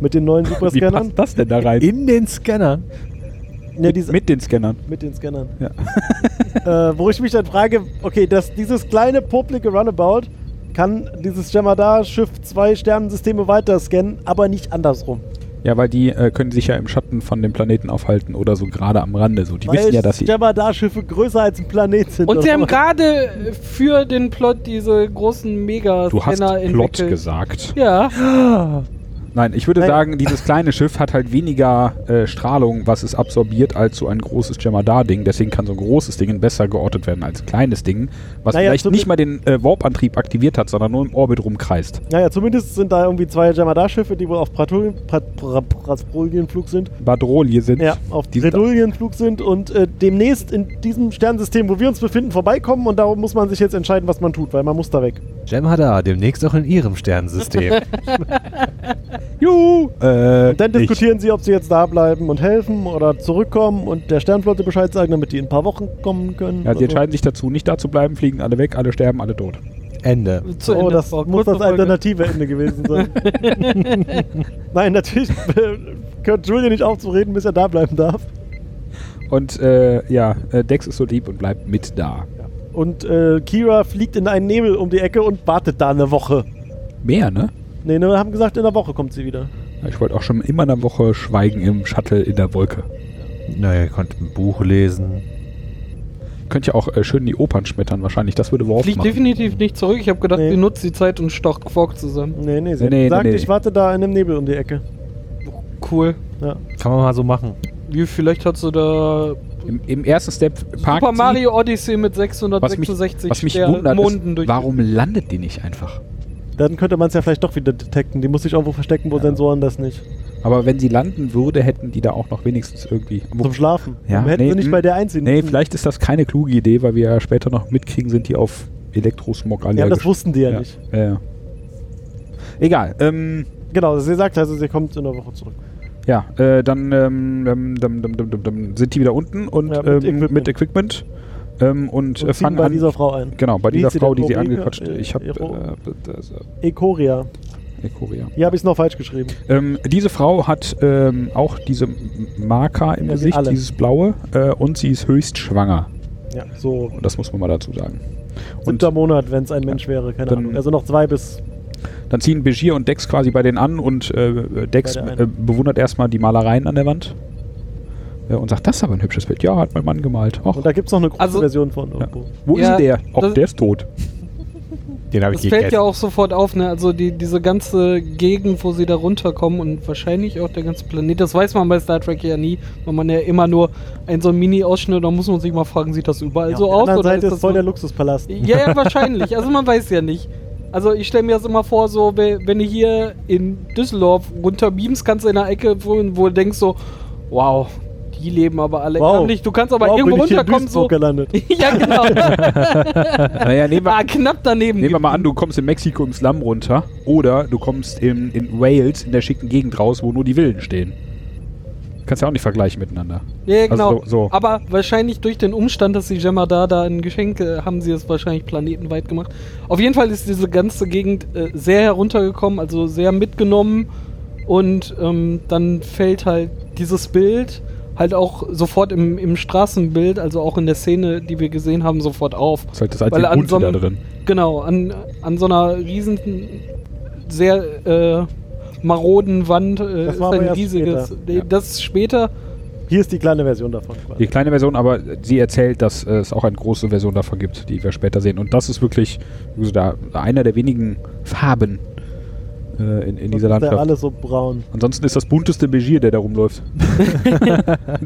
Speaker 5: Mit den
Speaker 4: [LAUGHS]
Speaker 5: neuen
Speaker 4: Wie
Speaker 5: Superscannern.
Speaker 4: passt das denn da rein?
Speaker 6: In den Scannern.
Speaker 5: Ja, diese,
Speaker 4: mit den Scannern.
Speaker 5: mit den Scannern. [LAUGHS] äh, wo ich mich dann frage, okay, dass dieses kleine, publike Runabout kann dieses Jamadar-Schiff zwei Sternensysteme weiter scannen, aber nicht andersrum.
Speaker 4: Ja, weil die äh, können sich ja im Schatten von dem Planeten aufhalten oder so gerade am Rande. So, die wissen ja, dass sie
Speaker 5: Jamadar-Schiffe größer als ein Planet sind.
Speaker 7: Und sie
Speaker 5: Das
Speaker 7: haben
Speaker 5: war-
Speaker 7: gerade für den Plot diese großen mega
Speaker 4: Genau. Du hast
Speaker 7: Scanner
Speaker 4: Plot
Speaker 7: entwickelt.
Speaker 4: gesagt.
Speaker 7: Ja,
Speaker 4: Nein, ich würde
Speaker 5: Nein.
Speaker 4: sagen, dieses kleine Schiff hat halt weniger äh, Strahlung, was es absorbiert, als so ein großes Jemadar-Ding. Deswegen kann so ein großes Ding besser geortet werden als ein kleines Ding, was
Speaker 5: Naja,
Speaker 4: vielleicht
Speaker 5: zum-
Speaker 4: nicht mal den äh, Warp-Antrieb aktiviert hat, sondern nur im Orbit rumkreist.
Speaker 5: Naja, zumindest sind da irgendwie zwei Jamadar-Schiffe, die wohl auf Pratul- Prat- Pra- Pratrolienflug sind.
Speaker 4: Badrolie sind.
Speaker 5: Ja, auf
Speaker 4: Die
Speaker 5: die
Speaker 4: sind
Speaker 5: Redullienflug sind und äh, demnächst in diesem Sternensystem, wo wir uns befinden, vorbeikommen und darum muss man sich jetzt entscheiden, was man tut, weil man muss da weg.
Speaker 6: Jem hat da demnächst auch in ihrem Sternensystem.
Speaker 4: Juhu! Äh,
Speaker 5: Und dann diskutieren sie, ob sie jetzt da bleiben und helfen oder zurückkommen und der Sternflotte Bescheid sagen, damit die in ein paar Wochen kommen können.
Speaker 4: ich. Ja, sie
Speaker 5: Also-
Speaker 4: entscheiden sich dazu, nicht da zu bleiben, fliegen alle weg, alle sterben, alle tot.
Speaker 6: Ende.
Speaker 7: zu
Speaker 5: oh,
Speaker 7: Ende.
Speaker 5: das
Speaker 7: War
Speaker 5: muss
Speaker 7: kurze
Speaker 5: das
Speaker 7: Folge.
Speaker 5: alternative Ende gewesen sein.
Speaker 7: [LAUGHS]
Speaker 5: Nein, natürlich äh, gehört Julian nicht aufzureden, bis er da bleiben darf.
Speaker 4: Und äh, ja, äh, Dex ist so lieb und bleibt mit da.
Speaker 5: Und äh, Kira fliegt in einen Nebel um die Ecke und wartet da eine Woche.
Speaker 4: Mehr, ne?
Speaker 5: Nee, ne, haben gesagt, in einer Woche kommt sie wieder.
Speaker 4: Ich wollte auch schon immer eine Woche schweigen im Shuttle in der Wolke.
Speaker 6: Naja, ihr konntet ein Buch lesen.
Speaker 4: Könnt ja auch äh, schön in die Opern schmettern, wahrscheinlich. Das würde Worf
Speaker 7: Fliegt
Speaker 4: machen.
Speaker 7: definitiv nicht zurück. Ich habe gedacht,
Speaker 5: Nee.
Speaker 7: ihr nutzt die Zeit um und stocht Quark zusammen.
Speaker 5: Nee, nee, sie
Speaker 4: Nee, nee,
Speaker 5: hat gesagt,
Speaker 4: nee, nee.
Speaker 5: ich warte da in einem Nebel um die Ecke.
Speaker 7: Cool.
Speaker 6: Kann man mal so machen.
Speaker 7: Wie, vielleicht hat sie da
Speaker 4: Im, Im ersten Step parkt
Speaker 7: Super
Speaker 4: sie.
Speaker 7: Mario Odyssey mit
Speaker 4: was mich, was
Speaker 7: 666
Speaker 4: mich
Speaker 7: der
Speaker 4: wundert,
Speaker 7: Monden
Speaker 4: ist,
Speaker 7: durch.
Speaker 4: warum landet die nicht einfach?
Speaker 5: Dann könnte man es ja vielleicht doch wieder detekten. Die muss sich irgendwo verstecken, wo Sensoren das nicht.
Speaker 4: Aber wenn sie landen würde, hätten die da auch noch wenigstens irgendwie.
Speaker 5: Zum Schlafen.
Speaker 4: Ja,
Speaker 5: Warum hätten
Speaker 4: nee,
Speaker 5: sie nicht
Speaker 4: mm.
Speaker 5: bei der einziehen
Speaker 4: nee,
Speaker 5: müssen?
Speaker 4: vielleicht ist das keine kluge Idee, weil wir ja später noch mitkriegen, sind die auf Elektrosmog allergisch.
Speaker 5: Ja, das wussten die ja, nicht.
Speaker 4: Ja, ja. Egal. Ähm,
Speaker 5: Genau, sie sagt also, sie kommt in einer Woche zurück.
Speaker 4: ja, äh, dann ähm, ähm, dum, dum, dum, dum, dum, sind die wieder unten und
Speaker 5: Ja,
Speaker 4: ähm,
Speaker 5: mit Equipment.
Speaker 4: mit Equipment ähm, und,
Speaker 5: Und
Speaker 4: äh,
Speaker 5: ziehen
Speaker 4: fangen
Speaker 5: bei
Speaker 4: an.
Speaker 5: dieser Frau ein.
Speaker 4: Genau, bei
Speaker 5: Wie
Speaker 4: dieser
Speaker 5: hieß sie
Speaker 4: Frau, die
Speaker 5: denn?
Speaker 4: sie
Speaker 5: Omega?
Speaker 4: angequatscht.
Speaker 5: Äh,
Speaker 4: Ich habe
Speaker 5: Ero-
Speaker 4: äh, das, äh,
Speaker 5: Ekoria.
Speaker 4: Korea.
Speaker 5: Hier habe ich es noch falsch geschrieben.
Speaker 4: Ähm, diese Frau hat ähm, auch diese M- Marker im
Speaker 5: Ja, wie
Speaker 4: Gesicht,
Speaker 5: alle.
Speaker 4: dieses blaue, äh, und sie ist höchst schwanger.
Speaker 5: Ja, so.
Speaker 4: Und das muss man mal dazu sagen. Und
Speaker 5: Siebter Monat, wenn es ein Mensch wäre, keine
Speaker 4: Dann-
Speaker 5: Ahnung. Also noch zwei bis.
Speaker 4: dann ziehen Begier und Dex quasi bei denen an und äh, Dex
Speaker 5: Bei der
Speaker 4: äh, bewundert erstmal die Malereien an der Wand äh, und sagt, das ist aber ein hübsches Bild. Ja, hat mein Mann gemalt. Och,
Speaker 5: Und da gibt es noch eine große
Speaker 7: Also-
Speaker 5: Version von irgendwo.
Speaker 4: wo
Speaker 7: Ja,
Speaker 4: ist denn der? Auch
Speaker 7: das-
Speaker 4: der ist tot.
Speaker 1: Den habe ich
Speaker 7: Das fällt ja
Speaker 1: gegessen.
Speaker 7: auch sofort auf, ne? Also die, diese ganze Gegend, wo sie da runterkommen und wahrscheinlich auch der ganze Planet, das weiß man bei Star Trek ja nie, weil man ja immer nur einen so einen Mini-Ausschnitt, da muss man sich mal fragen, sieht das überall
Speaker 5: Ja,
Speaker 7: so
Speaker 5: auf
Speaker 7: aus?
Speaker 5: der anderen Seite ist
Speaker 7: das
Speaker 5: voll
Speaker 7: nur-
Speaker 5: der Luxuspalast.
Speaker 7: ja, ja, wahrscheinlich. Also man weiß ja nicht. Also ich stelle mir das immer vor, so we- wenn du hier in Düsseldorf runterbeamst, kannst du in einer Ecke wohnen, wo du denkst so, wow, die leben aber alle
Speaker 5: Wow.
Speaker 7: ehrlich. Du kannst aber
Speaker 5: Wow,
Speaker 7: irgendwo
Speaker 5: bin ich hier in
Speaker 7: runterkommen, so.
Speaker 5: Duisburg gelandet.
Speaker 7: [LAUGHS] ja,
Speaker 5: [LAUGHS]
Speaker 7: genau.
Speaker 4: Naja, nehmen wir,
Speaker 7: ah, knapp daneben.
Speaker 4: [LAUGHS] nehmen wir mal an, du kommst in Mexiko im Slum runter oder du kommst in, in Wales in der schicken Gegend raus, wo nur die Villen stehen. Kannst ja auch nicht vergleichen miteinander.
Speaker 7: Ja, genau.
Speaker 4: Also so- so.
Speaker 7: Aber wahrscheinlich durch den Umstand, dass sie Jemadar da ein Geschenk äh, haben sie es wahrscheinlich planetenweit gemacht. Auf jeden Fall ist diese ganze Gegend äh, sehr heruntergekommen, also sehr mitgenommen. Und ähm, dann fällt halt dieses Bild halt auch sofort im, im Straßenbild, also auch in der Szene, die wir gesehen haben, sofort auf.
Speaker 4: Das ist halt das einzige
Speaker 7: an so
Speaker 4: Bunte da
Speaker 7: einem-
Speaker 4: drin.
Speaker 7: Genau, an, an so einer riesen, sehr äh, maroden Wand äh,
Speaker 5: Das
Speaker 7: ist
Speaker 5: war aber
Speaker 7: ein
Speaker 5: erst
Speaker 7: riesiges.
Speaker 5: später.
Speaker 7: Nee,
Speaker 4: Ja.
Speaker 7: Das ist später.
Speaker 5: Hier ist die kleine Version davon. quasi.
Speaker 4: Die kleine Version, aber sie erzählt, dass äh, es auch eine große Version davon gibt, die wir später sehen. Und das ist wirklich wie gesagt, da einer der wenigen Farben äh, in, in
Speaker 5: Sonst
Speaker 4: dieser
Speaker 5: Ist ja
Speaker 4: Landschaft.
Speaker 5: alles so braun.
Speaker 4: Ansonsten ist das bunteste Begier, der da
Speaker 5: [LAUGHS]
Speaker 4: rumläuft.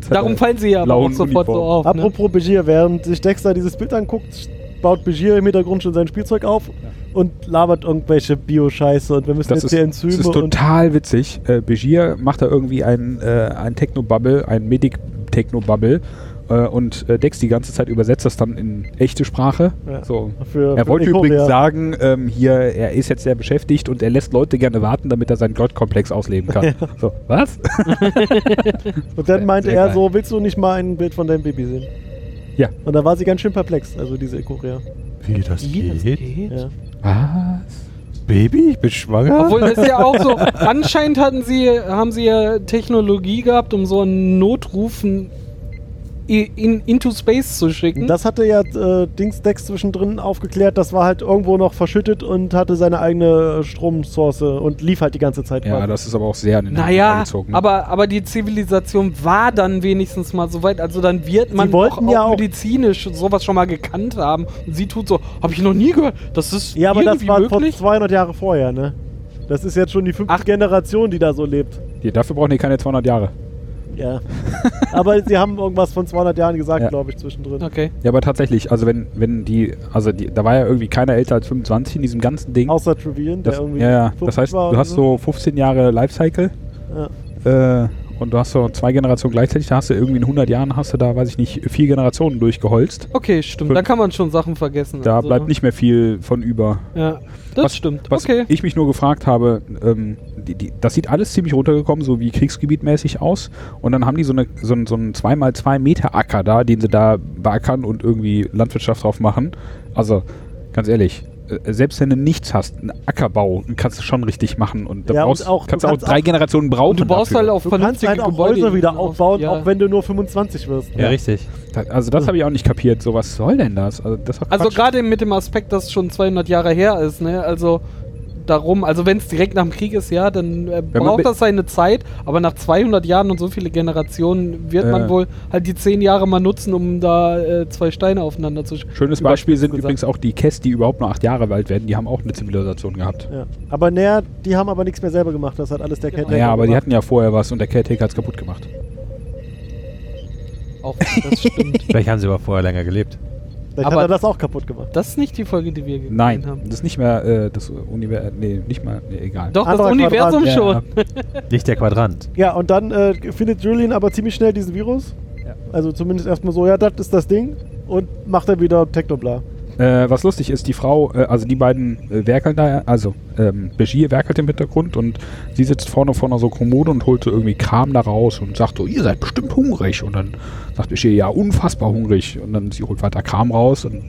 Speaker 7: Darum fallen sie ja aber auch
Speaker 4: blauen
Speaker 7: sofort so
Speaker 4: Uniform.
Speaker 7: auf. Ne?
Speaker 5: Apropos Begier, während sich Dexter dieses Bild anguckt, baut Begier im Hintergrund schon sein Spielzeug auf und labert irgendwelche Bio-Scheiße und wir müssen
Speaker 4: Das
Speaker 5: jetzt
Speaker 4: ist,
Speaker 5: hier
Speaker 4: das
Speaker 5: Enzyme
Speaker 4: ist
Speaker 5: und
Speaker 4: total witzig. Äh, Begier macht da irgendwie ein, äh, ein Technobubble, ein Medic-Technobubble. Äh, und äh, Dex die ganze Zeit übersetzt das dann in echte Sprache.
Speaker 5: Ja.
Speaker 4: So.
Speaker 5: für,
Speaker 4: Er
Speaker 5: für
Speaker 4: wollte
Speaker 5: Ecoria.
Speaker 4: übrigens sagen, ähm, hier, er ist jetzt sehr beschäftigt und er lässt Leute gerne warten, damit er seinen Gottkomplex ausleben kann. So, was?
Speaker 5: Und dann meinte
Speaker 4: Sehr
Speaker 5: er
Speaker 4: geil.
Speaker 5: so, willst du nicht mal ein Bild von deinem Baby sehen?
Speaker 4: Ja.
Speaker 5: Und da war sie ganz schön perplex, also diese Ekoria.
Speaker 1: Wie das geht?
Speaker 5: Ja.
Speaker 4: Was?
Speaker 1: Baby, ich bin schwanger?
Speaker 7: Obwohl, das ist ja auch so. [LAUGHS] Anscheinend hatten sie, haben sie ja Technologie gehabt, um so einen Notrufen in, in, into Space zu
Speaker 4: Hm?
Speaker 7: schicken.
Speaker 5: Das hatte ja äh, Dings Dex zwischendrin aufgeklärt, das war halt irgendwo noch verschüttet und hatte seine eigene äh, Stromsource und lief halt die ganze Zeit.
Speaker 4: Ja,
Speaker 5: quasi.
Speaker 4: das ist aber auch sehr an den Haaren
Speaker 7: naja,
Speaker 4: gezogen.
Speaker 7: aber, aber die Zivilisation war dann wenigstens mal so weit. Also dann wird man
Speaker 5: wollten ja auch-
Speaker 7: medizinisch sowas schon mal gekannt haben. Und sie tut so, habe ich noch nie gehört. Das ist
Speaker 5: ja aber
Speaker 7: irgendwie
Speaker 5: das war
Speaker 7: möglich.
Speaker 5: vor 200 Jahre vorher, ne? Das ist jetzt schon die fünfte
Speaker 7: Ach.
Speaker 5: Generation, die da so lebt.
Speaker 4: Hier, dafür brauchen die keine 200 Jahre. [LAUGHS]
Speaker 5: Ja. aber sie haben irgendwas von 200 Jahren gesagt,
Speaker 4: Ja.
Speaker 5: glaube ich, zwischendrin.
Speaker 7: Okay.
Speaker 4: Ja, aber tatsächlich, also wenn, wenn die, also die, da war ja irgendwie keiner älter als 25 in diesem ganzen Ding.
Speaker 5: Außer Trevian, der
Speaker 4: das,
Speaker 5: irgendwie.
Speaker 4: ja, ja.
Speaker 5: 50
Speaker 4: das heißt,
Speaker 5: war
Speaker 4: du
Speaker 5: oder
Speaker 4: hast so 15 Jahre Lifecycle
Speaker 5: Ja.
Speaker 4: äh, und du hast so zwei Generationen gleichzeitig. Da hast du irgendwie in 100 Jahren, hast du da, weiß ich nicht, vier Generationen durchgeholzt.
Speaker 7: Okay, stimmt.
Speaker 4: Fünf.
Speaker 7: Da kann man schon Sachen vergessen.
Speaker 4: Da
Speaker 7: also,
Speaker 4: bleibt nicht mehr viel von über.
Speaker 7: Ja, das
Speaker 4: Was-
Speaker 7: stimmt.
Speaker 4: Was
Speaker 7: okay.
Speaker 4: ich mich nur gefragt habe, ähm, die, die, das sieht alles ziemlich runtergekommen, so wie kriegsgebietmäßig aus. Und dann haben die so, eine, so, einen- so einen 2x2 Meter Acker da, den sie da beackern und irgendwie Landwirtschaft drauf machen. Also, ganz ehrlich, äh, selbst wenn du nichts hast, einen Ackerbau kannst du schon richtig machen. Und da
Speaker 5: Ja, und
Speaker 4: brauchst,
Speaker 5: auch- du
Speaker 4: kannst du auch
Speaker 5: kannst
Speaker 4: drei
Speaker 5: auch-
Speaker 4: Generationen brauchen.
Speaker 7: Und du baust
Speaker 4: dafür.
Speaker 7: halt auf
Speaker 5: Du kannst halt auch Häuser wieder aufbauen, auch wenn du nur 25 wirst.
Speaker 1: ja, richtig.
Speaker 4: Da- Also, das habe ich auch nicht kapiert. So, was soll denn das? Also, das ist doch
Speaker 7: Also
Speaker 4: Quatsch.
Speaker 7: gerade mit dem Aspekt, dass es schon 200 Jahre her ist, ne? Also darum, also wenn es direkt nach dem Krieg ist, ja, dann äh,
Speaker 4: man
Speaker 7: braucht
Speaker 4: mit-
Speaker 7: das seine Zeit, aber nach 200 Jahren und so viele Generationen wird
Speaker 4: Äh.
Speaker 7: man wohl halt die 10 Jahre mal nutzen, um da äh, zwei Steine aufeinander zu sch-
Speaker 4: Schönes
Speaker 7: überspitzt
Speaker 4: Beispiel sind
Speaker 7: gesagt.
Speaker 4: übrigens auch die Käst, die überhaupt nur acht Jahre alt werden. Die haben auch eine Zivilisation gehabt.
Speaker 5: Ja. Aber naja, die haben aber nichts mehr selber gemacht, das hat alles der Cat
Speaker 4: Naja, aber die
Speaker 5: gemacht.
Speaker 4: hatten ja vorher was und der Caretaker hat's kaputt gemacht.
Speaker 7: Auch das stimmt.
Speaker 4: [LAUGHS]
Speaker 1: Vielleicht haben sie aber vorher länger gelebt.
Speaker 5: Vielleicht
Speaker 7: aber-
Speaker 5: hat er das auch kaputt gemacht.
Speaker 7: Das ist nicht die Folge, die wir gesehen
Speaker 4: Nein,
Speaker 7: haben.
Speaker 4: das ist nicht mehr äh, das Universum. Nee, nicht mal. Nee, egal.
Speaker 7: Doch, das
Speaker 5: Anderer
Speaker 7: Universum
Speaker 5: Quadrant,
Speaker 7: schon.
Speaker 1: Nicht der Quadrant.
Speaker 5: Ja, und dann äh, findet Julian aber ziemlich schnell diesen Virus.
Speaker 4: Ja.
Speaker 5: Also zumindest erstmal so, ja, das ist das Ding. Und macht er wieder Technobla.
Speaker 4: Äh, was lustig ist, die Frau, äh, also die beiden äh, werkeln da, also ähm, Begier werkelt im Hintergrund und sie sitzt vorne vor einer so Kommode und holt so irgendwie Kram da raus und sagt so, ihr seid bestimmt hungrig. Und dann sagt Begier, ja, unfassbar hungrig. Und dann sie holt weiter Kram raus und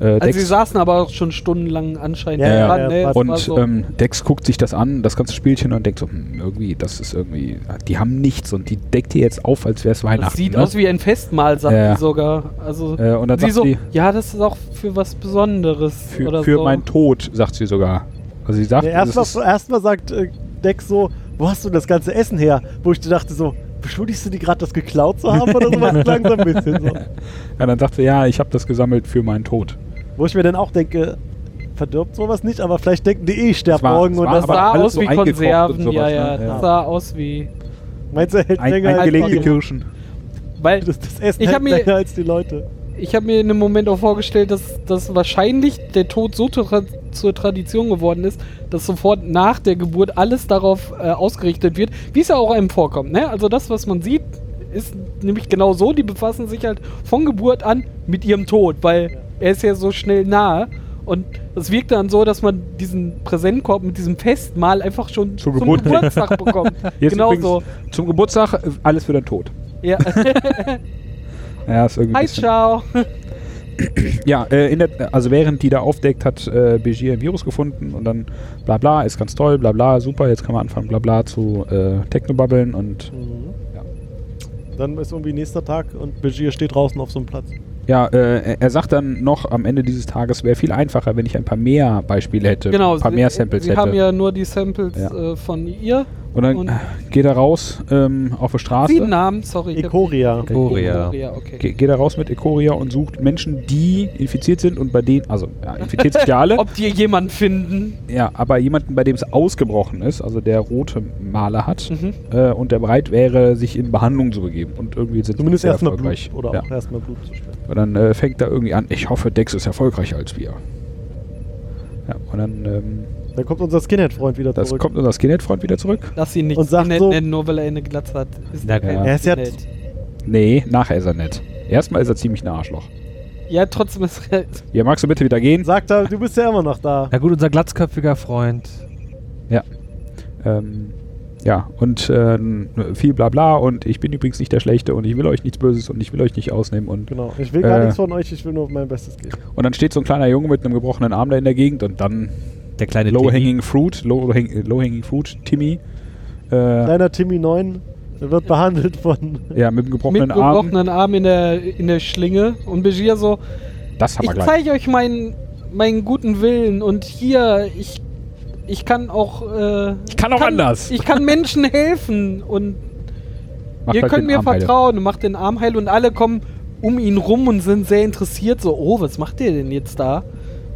Speaker 4: äh,
Speaker 7: Also sie
Speaker 4: Dex,
Speaker 7: saßen aber auch schon stundenlang anscheinend
Speaker 5: Ja, ja,
Speaker 7: dran,
Speaker 5: ja,
Speaker 7: ne?
Speaker 5: passt.
Speaker 7: Es war
Speaker 4: und
Speaker 7: so-
Speaker 4: ähm, Dex guckt sich das an, das ganze Spielchen und denkt so, hm, irgendwie, das ist irgendwie, die haben nichts und die deckt ihr jetzt auf, als wäre es Weihnachten.
Speaker 7: Das sieht
Speaker 4: ne?
Speaker 7: aus wie ein Festmahl, sagt
Speaker 4: Ja, ja.
Speaker 7: sie sogar. Also
Speaker 4: Äh, und dann
Speaker 7: sie
Speaker 4: sagt
Speaker 7: so,
Speaker 4: sie-
Speaker 7: ja, das ist auch für was Besonderes
Speaker 4: Für,
Speaker 7: oder
Speaker 4: für
Speaker 7: so.
Speaker 4: meinen Tod, sagt sie sogar. Also sie sagt,
Speaker 5: Ja,
Speaker 4: das ist,
Speaker 5: Erstmal erst mal sagt äh, Dex so, wo hast du das ganze Essen her? Wo ich dachte so, beschuldigst du die gerade, das geklaut zu haben oder
Speaker 4: [LAUGHS]
Speaker 5: sowas? Langsam ein bisschen so.
Speaker 4: ja, dann sagt sie, ja, ich habe das gesammelt für meinen Tod.
Speaker 5: Wo ich mir dann auch denke, verdirbt sowas nicht, aber vielleicht denken die eh, ich sterb
Speaker 4: Das war-
Speaker 5: morgen
Speaker 4: das
Speaker 5: und
Speaker 4: war
Speaker 5: das.
Speaker 7: Das
Speaker 4: aber
Speaker 7: sah
Speaker 4: alles
Speaker 7: aus
Speaker 4: so
Speaker 7: wie
Speaker 4: eingekocht und
Speaker 7: Konserven,
Speaker 4: sowas,
Speaker 7: ja,
Speaker 4: ne?
Speaker 7: ja.
Speaker 4: Ja.
Speaker 7: Das sah aus wie.
Speaker 5: meinst du, hält
Speaker 4: Ein,
Speaker 5: länger als
Speaker 4: eingelegte
Speaker 5: die,
Speaker 4: Kirschen.
Speaker 7: Weil
Speaker 5: das, das Essen
Speaker 7: Ich
Speaker 5: hält
Speaker 7: hab mir-
Speaker 5: länger als die Leute.
Speaker 7: ich habe mir in einem Moment auch vorgestellt, dass, dass wahrscheinlich der Tod so tra zur Tradition geworden ist, dass sofort nach der Geburt alles darauf äh, ausgerichtet wird, wie es ja auch einem vorkommt. Ne? Also das, was man sieht, ist nämlich genau so, die befassen sich halt von Geburt an mit ihrem Tod, weil er ist ja so schnell nahe. Und es wirkt dann so, dass man diesen Präsentkorb mit diesem Festmahl einfach schon
Speaker 4: Zur
Speaker 7: zum
Speaker 4: Geburt bringt. [LAUGHS]
Speaker 7: Geburtstag bekommt.
Speaker 4: Jetzt
Speaker 7: genau
Speaker 4: übrigens
Speaker 7: so.
Speaker 4: Zum Geburtstag äh, alles für den Tod.
Speaker 7: Ja. [LAUGHS]
Speaker 4: Ja, ist irgendwie ein
Speaker 7: Hi,
Speaker 4: bisschen-
Speaker 7: ciao.
Speaker 4: Ja, äh, in der, also während die da aufdeckt, hat äh, Begier ein Virus gefunden und dann bla bla, ist ganz toll, bla bla, super, jetzt kann man anfangen, bla bla zu äh, Technobubbeln und
Speaker 5: Dann ist irgendwie nächster Tag und Begier steht draußen auf so einem Platz.
Speaker 4: ja, äh, er- er sagt dann noch am Ende dieses Tages, wäre viel einfacher, wenn ich ein paar mehr Beispiele hätte,
Speaker 7: Genau,
Speaker 4: ein paar
Speaker 7: sie-
Speaker 4: mehr Samples
Speaker 7: Sie
Speaker 4: hätte.
Speaker 7: haben ja nur die Samples
Speaker 4: Ja.
Speaker 7: äh, von ihr.
Speaker 4: und dann
Speaker 7: und-
Speaker 4: äh, geht er raus ähm, auf die Straße.
Speaker 7: Sie Namen, sorry. ich hab-
Speaker 5: Ikoria.
Speaker 6: Ikoria.
Speaker 7: Ikoria, okay.
Speaker 4: Ge geht er raus mit Ekoria und sucht Menschen, die infiziert sind und bei denen, also ja, infiziert sind ja alle,
Speaker 7: [LAUGHS] Ob die jemanden finden?
Speaker 4: ja, aber jemanden, bei dem es ausgebrochen ist, also der rote Maler hat
Speaker 7: Mhm.
Speaker 4: äh, und der bereit wäre, sich in Behandlung zu begeben. Und irgendwie sind
Speaker 5: Zumindest
Speaker 4: sie sehr
Speaker 5: erstmal
Speaker 4: erfolgreich.
Speaker 5: Blut. Oder
Speaker 4: ja.
Speaker 5: auch erstmal Blut zu spenden.
Speaker 4: Und dann äh, fängt er irgendwie an, ich hoffe, Dex ist erfolgreicher als wir. Ja, und dann ähm,
Speaker 5: Dann kommt unser Skinhead-Freund wieder
Speaker 4: das
Speaker 5: zurück.
Speaker 4: kommt unser Skinhead-Freund wieder zurück.
Speaker 7: Lass ihn nicht
Speaker 5: Und sagt
Speaker 7: Skinhead
Speaker 5: so-
Speaker 7: nennen, nur weil er eine Glatze hat. Ist
Speaker 1: Na
Speaker 7: er kein
Speaker 4: klar.
Speaker 5: Er ist ja-
Speaker 7: Skinhead.
Speaker 4: Nee, nachher ist er nett. Erstmal ist er ziemlich ein Arschloch.
Speaker 7: ja, trotzdem ist er.
Speaker 4: Ja, magst du bitte wieder gehen?
Speaker 5: Sagt er, du bist ja immer noch da.
Speaker 6: Na gut, unser glatzköpfiger Freund.
Speaker 4: Ähm, ja, und ähm, viel Blabla und ich bin übrigens nicht der Schlechte und ich will euch nichts Böses und ich will euch nicht ausnehmen und,
Speaker 5: Genau. Ich will gar
Speaker 4: Äh.
Speaker 5: nichts von euch, ich will nur mein Bestes geben.
Speaker 4: und dann steht so ein kleiner Junge mit einem gebrochenen Arm da in der Gegend und dann
Speaker 6: Der kleine Timmy.
Speaker 4: Low-Hanging Fruit, Low-Hanging Low Fruit, Timmy. Äh,
Speaker 5: Kleiner Timmy 9 wird behandelt von.
Speaker 4: ja, mit dem gebrochenen,
Speaker 7: mit gebrochenen Arm in der, in der Schlinge. Und Begier so,
Speaker 4: Arm. Das haben wir
Speaker 7: ich
Speaker 4: gleich.
Speaker 7: zeige euch meinen, meinen guten Willen und hier, ich, ich kann auch. Äh,
Speaker 4: Ich kann auch anders.
Speaker 7: Ich kann Menschen helfen und
Speaker 4: Macht
Speaker 7: Ihr
Speaker 4: halt
Speaker 7: könnt
Speaker 4: den
Speaker 7: mir
Speaker 4: Arm heile.
Speaker 7: vertrauen, macht den Arm heil und alle kommen um ihn rum und sind sehr interessiert. So, oh, was macht der denn jetzt da?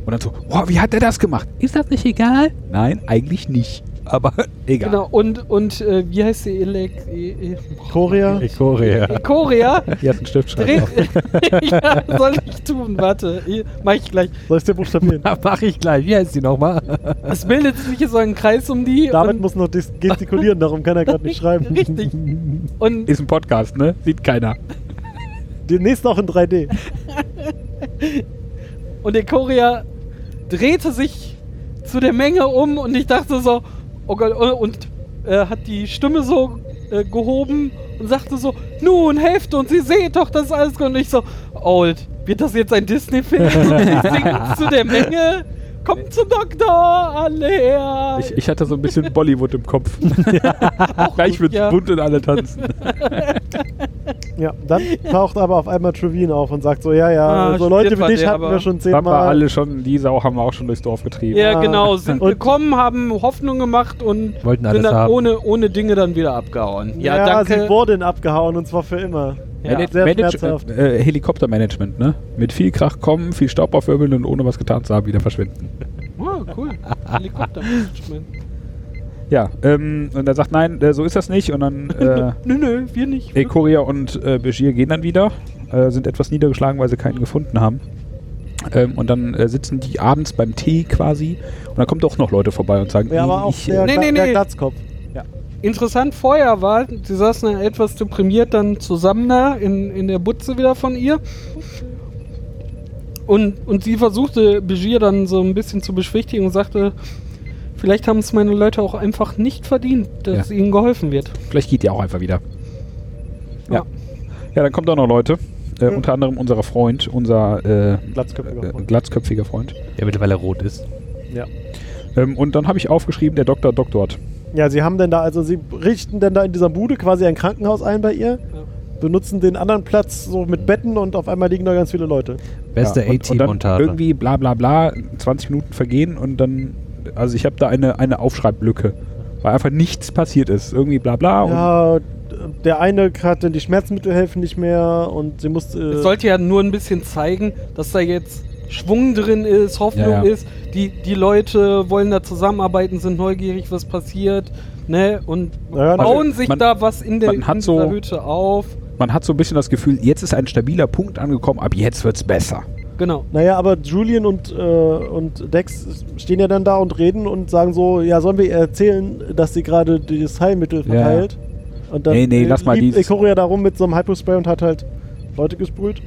Speaker 4: Und dann so, wow, wie hat er das gemacht? Ist das nicht egal? Nein, eigentlich nicht. Aber [LAUGHS] egal.
Speaker 7: Genau, und, und äh, wie heißt sie? Elek. E
Speaker 5: Korea.
Speaker 1: Ikoria.
Speaker 7: Korea?
Speaker 4: Hier ist ein Stift
Speaker 7: Dreht.
Speaker 4: schreiben.
Speaker 7: [LAUGHS] ja, soll ich tun? Warte, eh, mach ich gleich.
Speaker 5: Soll ich
Speaker 4: [LAUGHS]
Speaker 5: dir buchstabieren?
Speaker 6: Mach ich gleich. Wie heißt die nochmal?
Speaker 7: Es bildet sich so ein Kreis um die.
Speaker 5: David
Speaker 7: und-
Speaker 5: muss noch dis- gestikulieren, darum kann er
Speaker 4: [LAUGHS]
Speaker 5: gerade nicht schreiben.
Speaker 7: Richtig. Und
Speaker 4: Ist ein Podcast, ne? Sieht keiner.
Speaker 5: Demnächst auch in 3D.
Speaker 7: Und der Korea drehte sich zu der Menge um und ich dachte so, oh Gott, oh, und äh, hat die Stimme so äh, gehoben und sagte so, nun helft uns, ihr seht doch, das ist alles gut. Und ich so, oh, wird das jetzt ein Disney-Film? Und ich singe zu der Menge, kommt zum Doktor, alle her.
Speaker 4: Ich, ich hatte so ein bisschen Bollywood im Kopf. [LAUGHS] Gleich
Speaker 7: [LAUGHS]
Speaker 4: wird's
Speaker 7: ja.
Speaker 4: bunt und alle tanzen.
Speaker 5: Ja,
Speaker 7: [LAUGHS]
Speaker 5: dann taucht aber auf einmal Trevine auf und sagt so, ja, ja,
Speaker 7: Ah,
Speaker 5: so Leute wie
Speaker 7: Stefan,
Speaker 5: dich
Speaker 7: der
Speaker 5: hatten wir
Speaker 7: aber-
Speaker 5: schon
Speaker 4: Haben wir
Speaker 5: zehnmal.
Speaker 4: alle schon, die Sau haben wir auch schon durchs Dorf getrieben.
Speaker 7: ja,
Speaker 5: Ah.
Speaker 7: genau, sind
Speaker 5: Und-
Speaker 7: gekommen, haben Hoffnung gemacht und
Speaker 6: Wollten
Speaker 7: sind
Speaker 6: alles
Speaker 7: dann
Speaker 6: haben.
Speaker 7: Genau, ohne, ohne Dinge dann wieder abgehauen.
Speaker 5: Ja,
Speaker 7: Ja, danke.
Speaker 5: sie wurden abgehauen und zwar für immer.
Speaker 7: Ja.
Speaker 4: Manage-
Speaker 5: Sehr
Speaker 4: Manage-
Speaker 5: schmerzhaft.
Speaker 4: äh, äh, Helikoptermanagement, ne? Mit viel Krach kommen, viel Staub aufwirbeln und ohne was getan zu haben, wieder verschwinden.
Speaker 7: Oh, cool. Helikopter.
Speaker 4: Ja, ähm, und er sagt, nein, äh, so ist das nicht.
Speaker 7: [LAUGHS]
Speaker 4: Und dann äh,
Speaker 7: Nö, nö, wir nicht.
Speaker 4: Ekoria und äh, Begier gehen dann wieder, äh, sind etwas niedergeschlagen, weil sie keinen gefunden haben. Ähm, und dann äh, sitzen die abends beim Tee quasi und dann kommen doch noch Leute vorbei und sagen,
Speaker 5: Ja, aber auch
Speaker 4: ich, äh,
Speaker 5: der,
Speaker 7: Nee,
Speaker 5: Gla-
Speaker 7: nee,
Speaker 5: der
Speaker 7: nee.
Speaker 5: Glatzkopf.
Speaker 7: Interessant vorher war, sie saßen dann etwas deprimiert dann zusammen da in, in der Butze wieder von ihr. Und, und sie versuchte Begier dann so ein bisschen zu beschwichtigen und sagte, vielleicht haben es meine Leute auch einfach nicht verdient, dass ihnen geholfen wird.
Speaker 4: Vielleicht geht die auch einfach wieder. Ja.
Speaker 7: Ja.
Speaker 4: Ja, dann kommen da noch Leute. Äh,
Speaker 5: Mhm.
Speaker 4: Unter anderem unser Freund, unser äh,
Speaker 5: Glatzköpfiger
Speaker 4: äh,
Speaker 5: Freund.
Speaker 4: glatzköpfiger Freund.
Speaker 1: Der mittlerweile rot ist.
Speaker 4: Ähm, und dann habe ich aufgeschrieben, der Doktor doktort.
Speaker 5: Ja, sie haben denn da, also sie richten denn da in dieser Bude quasi ein Krankenhaus ein bei ihr, benutzen den anderen Platz so mit Betten und auf einmal liegen da ganz viele Leute.
Speaker 6: Beste
Speaker 4: Ja, und- und dann
Speaker 6: A-Team-Montage.
Speaker 4: Irgendwie bla bla bla, 20 Minuten vergehen und dann, also ich habe da eine, eine Aufschreiblücke, weil einfach nichts passiert ist. Irgendwie bla bla und
Speaker 5: Ja, der eine hat dann die Schmerzmittel helfen nicht mehr und sie muss. Äh,
Speaker 7: Es sollte ja nur ein bisschen zeigen, dass da jetzt Schwung drin ist, Hoffnung
Speaker 4: Ja, ja.
Speaker 7: ist. die, die Leute wollen da zusammenarbeiten, sind neugierig, was passiert, ne? Und
Speaker 5: Naja,
Speaker 7: bauen
Speaker 4: man-
Speaker 7: sich
Speaker 4: man-
Speaker 7: da was in, der,
Speaker 4: man hat
Speaker 7: in
Speaker 4: so-
Speaker 7: dieser Hütte auf.
Speaker 4: Man hat so ein bisschen das Gefühl, jetzt ist ein stabiler Punkt angekommen, ab jetzt wird's besser.
Speaker 7: Genau.
Speaker 5: Naja, aber Julian und, äh, und Dex stehen ja dann da und reden und sagen so, ja, sollen wir ihr erzählen, dass sie gerade das Heilmittel verteilt? Und dann
Speaker 4: Nee, nee,
Speaker 5: äh,
Speaker 4: lass mal
Speaker 5: liebt
Speaker 4: die-
Speaker 5: Ekoria darum mit so einem Hypospray und hat halt Leute gesprüht.